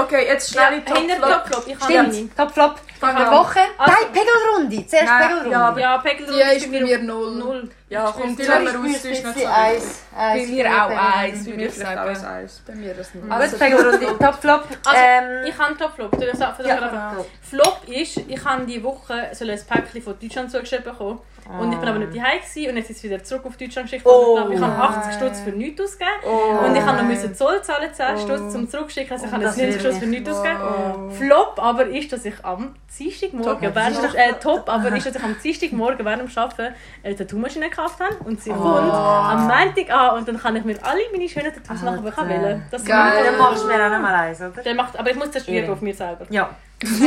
S5: Okay, jetzt schnell in die
S2: Hinter
S5: Top-Flop.
S2: Top-Flop. Ich habe meine.
S3: Stimmt, Top-Flop.
S5: Fangen
S3: Eine
S5: an.
S3: Woche.
S2: Also-
S3: Nein, Pegelrunde. Zuerst
S5: Nein,
S3: Pegelrunde.
S5: ja, aber-
S2: Ja, Pegel
S7: Die ist bei mir null.
S2: null.
S5: Ja, komm, die lassen wir austauschen. noch zwei.
S1: Bei mir auch eins, würde
S5: Mir
S1: ich
S5: vielleicht alles
S1: sagen.
S5: eins.
S4: Bei mir das nicht.
S3: Gut, fangen wir an die Top-Flop.
S2: Also,
S3: Ähm,
S2: Ich habe Top-Flop. Soll ich sagen,
S3: Ja,
S2: ja, Flop ist, ich habe diese Woche soll ein Päckchen von Deutschland zugeschrieben bekommen. Und ich bin aber nicht daheim gewesen und jetzt ist es wieder zurück auf Deutschland geschickt worden. Ich habe 80 Stutz für nichts ausgegeben. Und ich habe noch müssen Zoll zahlen, 10 Stutz zum Zurückschicken. Also ich habe jetzt 90 Stutz für nichts ausgegeben. Flop aber ist, dass ich am Dienstagmorgen, während dem- äh, Oh. top aber ist, dass ich am Dienstagmorgen während dem Arbeiten eine Tattoo-Maschine gekauft habe und sie kommt am Montag an und dann kann ich mir alle meine schönen Tattoos machen, die ich will. Das ist
S3: Geil. Dann
S2: mein Top.
S3: machst du mir auch noch mal eins, oder?
S2: Der macht, aber ich muss zuerst üben auf mir selber.
S3: Ja.
S5: Also,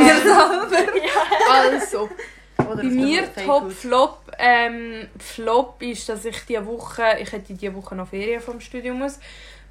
S3: Oder
S5: bei mir Top Flop. Ähm, Flop ist, dass ich diese Woche, ich hätte diese Woche noch Ferien vom Studium aus,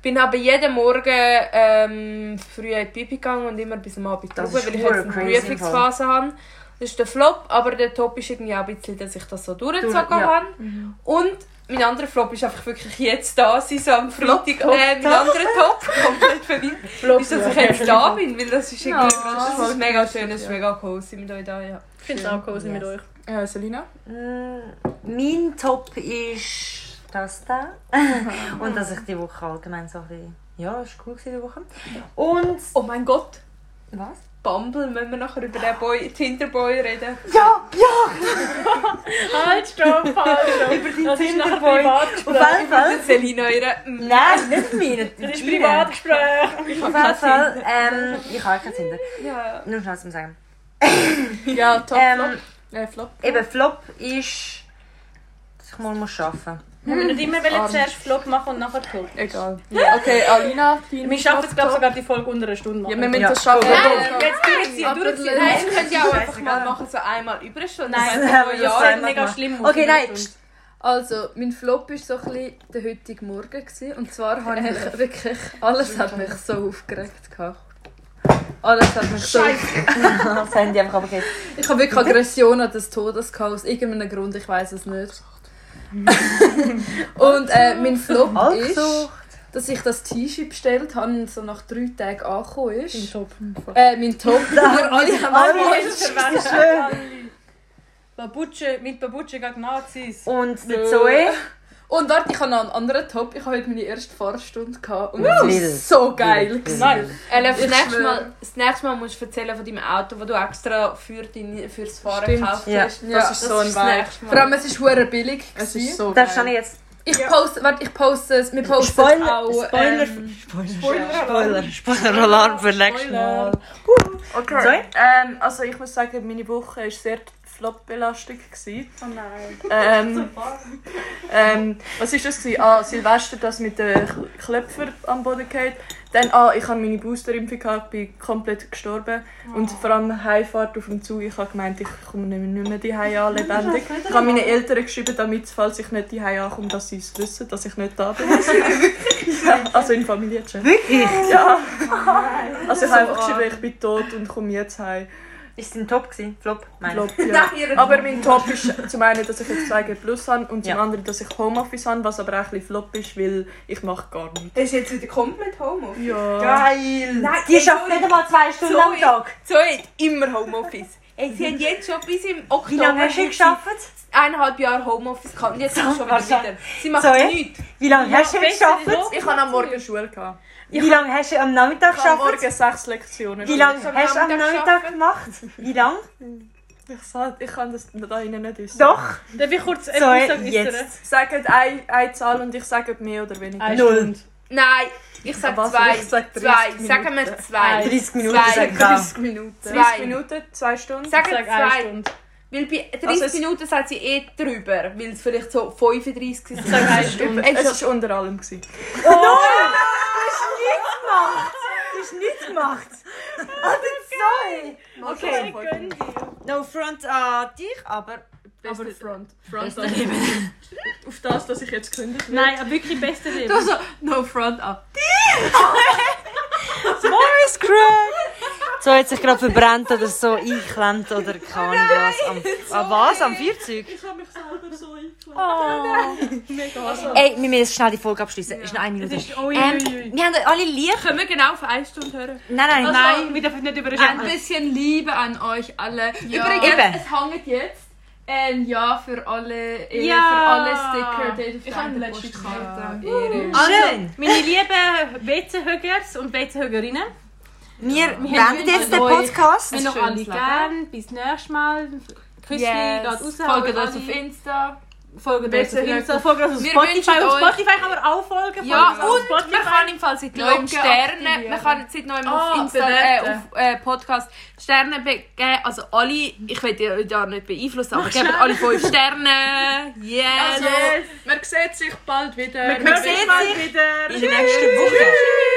S5: bin aber jeden Morgen ähm, früh in die Pipi gegangen und immer bis am Abend
S3: Das
S5: drüber,
S3: ist
S5: weil ich
S3: hure
S5: jetzt eine
S3: crazy im
S5: Prüfungsphase habe. Das ist der Flop, aber der Top ist irgendwie auch ein bisschen, dass ich das so durchgezogen
S3: Durch- ja. Mhm.
S5: habe. Und mein anderer Flop ist einfach wirklich jetzt da sein, so am Freitag. Äh, mein anderer Top, komplett verwirrt, ist, dass ich jetzt da bin, weil das ist
S1: Äh,
S5: irgendwie das ist mega schön, es ist mega cool, sind mit euch da, ja.
S2: Ich finde es auch cozy mit euch.
S8: Äh, Selina?
S3: Mm, Mein Top ist das da. Und dass ich die Woche allgemein so ein bisschen... Ja, es war cool gewesen, die Woche. Und...
S5: Oh mein Gott,
S3: Was?
S5: Bumble, müssen wir nachher über den Boy, Tinderboy reden.
S2: Halt, stopp, halt, stopp. Über die Das ist nachher
S3: Tinderboy.
S2: privat
S3: Auf jeden Fall...
S5: Selina, ihre...
S3: Nein, nicht meine.
S2: Das ist Privatgespräch.
S3: Auf jeden Fall... Ähm, ich habe keinen Tinder.
S5: Ja,
S3: Nur schnell zum Sagen.
S8: Ja, Top
S3: Ähm,
S8: Flop. Äh, Flop.
S3: eben, Flop ist... Dass ich mal muss arbeiten
S2: Wir müssen nicht immer wollen, zuerst Flop machen und nachher Flop.
S8: Egal. Okay, Alina, dein
S2: Wir schaffen es, glaube ich, sogar die Folge unter einer Stunde
S8: Ja,
S2: machen.
S8: wir müssen
S3: Ja.
S8: das schaffen. Ja.
S5: jetzt können sie durchziehen. Nein, das könnt ihr auch einfach mal machen, so einmal über schon.
S2: Nein,
S5: das
S3: haben wir
S5: heißt,
S3: das
S5: ja,
S3: einmal
S2: mega
S3: gemacht.
S2: schlimm. aus.
S3: Okay, nein. pst.
S4: Also, mein Flop war so ein bisschen der heutige Morgen. Gewesen. Und zwar habe ich wirklich... Alles hat mich so aufgeregt. Gehabt. Alles hat mich so...
S3: Das Handy einfach abgegeben.
S4: Ich habe wirklich Aggression an des Todes gehabt, aus irgendeinem Grund, ich weiß es nicht. Und äh, mein Flop ist,
S3: Alkoholsucht.
S4: dass ich das T-Shirt bestellt habe und so nach drei Tagen angekommen ist.
S2: Top.
S4: Äh, mein Top. Wir alle haben
S3: Alle-
S2: Babutsche, mit Babutsche gegen Nazis.
S3: Und die Zoe...
S4: Und warte, ich habe noch einen anderen Top. Ich habe heute meine erste Fahrstunde gehabt und
S3: Wow.
S4: es ist so geil.
S2: Nein.
S5: Elef, das,
S4: Ich
S5: nächste
S4: schwöre.
S5: mal, das nächste Mal musst du erzählen von deinem Auto, das du extra für dein, fürs Fahren
S4: Stimmt.
S5: gekauft
S3: Ja.
S5: hast.
S4: Ja,
S8: ist so ein
S5: das
S8: Vibe.
S5: nächste
S4: Vor
S5: Mal.
S4: allem, es ist hure billig.
S8: Es
S4: gewesen.
S8: ist so
S3: Darfst du
S8: geil.
S3: nicht jetzt...
S4: Ich poste, warte, ich poste es. Wir posten es
S3: Spoiler,
S4: auch.
S3: Spoiler,
S4: ähm,
S3: Spoiler, Spoiler, Spoiler, Alarm für nächstes Mal.
S5: Okay.
S3: Sorry?
S5: Ähm, also ich muss sagen, meine Woche war sehr flopbelastig. gewesen.
S2: Oh nein.
S5: Ähm, ähm, was war das? Gewesen? Ah, Silvester, das mit den K- Klöpfer am Boden geht. Dann, ah, ich habe meine Boosterimpfung gehabt, bin komplett gestorben. Und vor allem Heimfahrt auf dem Zug, ich habe gemeint, ich komme nicht mehr, nicht mehr die an, lebendig. Ich habe meinen Eltern geschrieben, damit, falls ich nicht die ankomme, dass sie es wissen, dass ich nicht da bin. ja, Oh also in Familienchat.
S3: Wirklich?
S5: Ja. Also ich habe einfach geschrieben, ich bin tot und komme jetzt heim.
S3: Ist es ein Top gewesen? Flop? Meine
S5: Flop, ja. Aber mein Top ist zum einen, dass ich jetzt 2G Plus habe und zum
S3: Ja.
S5: anderen, dass ich Homeoffice habe, was aber auch ein bisschen flop ist, weil ich mache gar nichts.
S1: Das ist jetzt wieder komplett homo.
S5: Ja.
S3: Geil!
S1: Nein,
S3: die
S1: ey,
S3: schafft
S1: sorry.
S3: nicht einmal zwei Stunden am
S1: Sorry.
S3: Tag.
S5: So hat immer Homeoffice.
S1: Ey, sie hat jetzt schon bis im
S3: Wie lange
S1: Oktober
S3: hast du geschafft?
S5: Eineinhalb Jahre Homeoffice gehabt und jetzt schon wieder wieder. Sie macht
S3: Sorry.
S5: nichts.
S3: Wie lange hast du geschafft?
S5: Ich habe am Morgen Schule gehabt.
S3: Wie lange hast du am Nachmittag
S5: Ich habe am
S3: geschafft?
S5: Morgen sechs Lektionen.
S3: Wie lange
S5: Ich habe
S3: hast du am
S5: Nachmittag
S3: Nachmittag gemacht? Wie lange?
S5: Ich, sag, ich kann das da innen nicht wissen.
S3: Doch,
S2: Darf ich kurz
S3: so
S2: etwas sagen?
S3: jetzt.
S5: Sagt eine, eine Zahl und ich sage mehr oder weniger.
S2: Eine
S3: Null.
S2: Stunde.
S1: Nein, ich sag
S5: Was?
S1: zwei.
S5: Ich sag 30
S1: zwei.
S5: Minuten.
S1: Sagen wir zwei.
S3: 30 Minuten
S1: Zwei.
S3: sagt er.
S4: Minuten.
S5: 30
S1: Zwei.
S5: Minuten, 2 Stunden.
S2: Ich
S1: Sagen wir
S2: sage eine
S1: zwei.
S2: Stunde.
S1: Weil bei 30
S5: Also es-
S1: Minuten sagt sie eh drüber, weil es vielleicht so 35 sind.
S2: Ich sage eine Stunde.
S1: Also-
S5: Es war unter allem. Gewesen.
S3: Du hast nichts gemacht. Ah, Aber sorry.
S2: Okay, gönn dir.
S3: No front an dich, aber...
S5: Aber Front. Front an Auf das, dass ich jetzt gekündigt werde.
S2: Nein, aber wirklich beste Leben.
S5: No Front ab.
S3: Morris Craig! So hat sich gerade verbrannt oder so eingeklemmt oder keine Ahnung was. Am, an was? Am Feuerzeug?
S5: Ich habe mich selber so eingeladen.
S3: Also, Ey, wir müssen schnell die Folge abschließen. Ist noch eine Minute.
S2: ist, ui,
S3: Ähm,
S2: ui, ui.
S3: wir haben alle lieb.
S5: Können wir genau auf eine Stunde hören?
S3: Nein, nein.
S4: Also,
S2: Nein, wir dürfen nicht über
S5: Ein bisschen Liebe an euch alle.
S3: Eben.
S5: Übrigens, es hängt jetzt
S4: Ähm, ja, für alle, äh,
S5: Ja.
S4: für alle Sticker, die auf
S9: Ich habe
S4: der
S9: letztens
S4: Postkarte.
S5: Also, meine lieben WC-Högers und WC-Högerinnen,
S3: Wir wenden jetzt den Podcast.
S5: wir noch alle gerne. Bis nächstes Mal. Küsschen geht raus.
S4: Folgt
S5: an
S4: uns
S5: alle.
S4: auf Insta.
S5: Folgt uns auf Insta. Folgt uns auf
S4: Wir
S5: Spotify.
S4: wünschen
S5: Auf
S4: euch-
S5: Spotify kann man auch folgen. Folgt
S4: Ja,
S5: uns auf
S4: und man
S5: Spotify.
S4: kann im Fall seit neuem Sterne, man kann seit neuem auf
S9: Ah,
S4: Insta, äh,
S9: bewerten.
S4: auf äh, Podcast Sterne begeben. Also alle, ich will ja da nicht beeinflussen, aber gebt alle 5 Sterne. Yes!
S9: Also, man sieht sich bald wieder.
S5: Wir sehen uns bald wieder.
S3: In der nächsten Woche.
S9: Tschüss.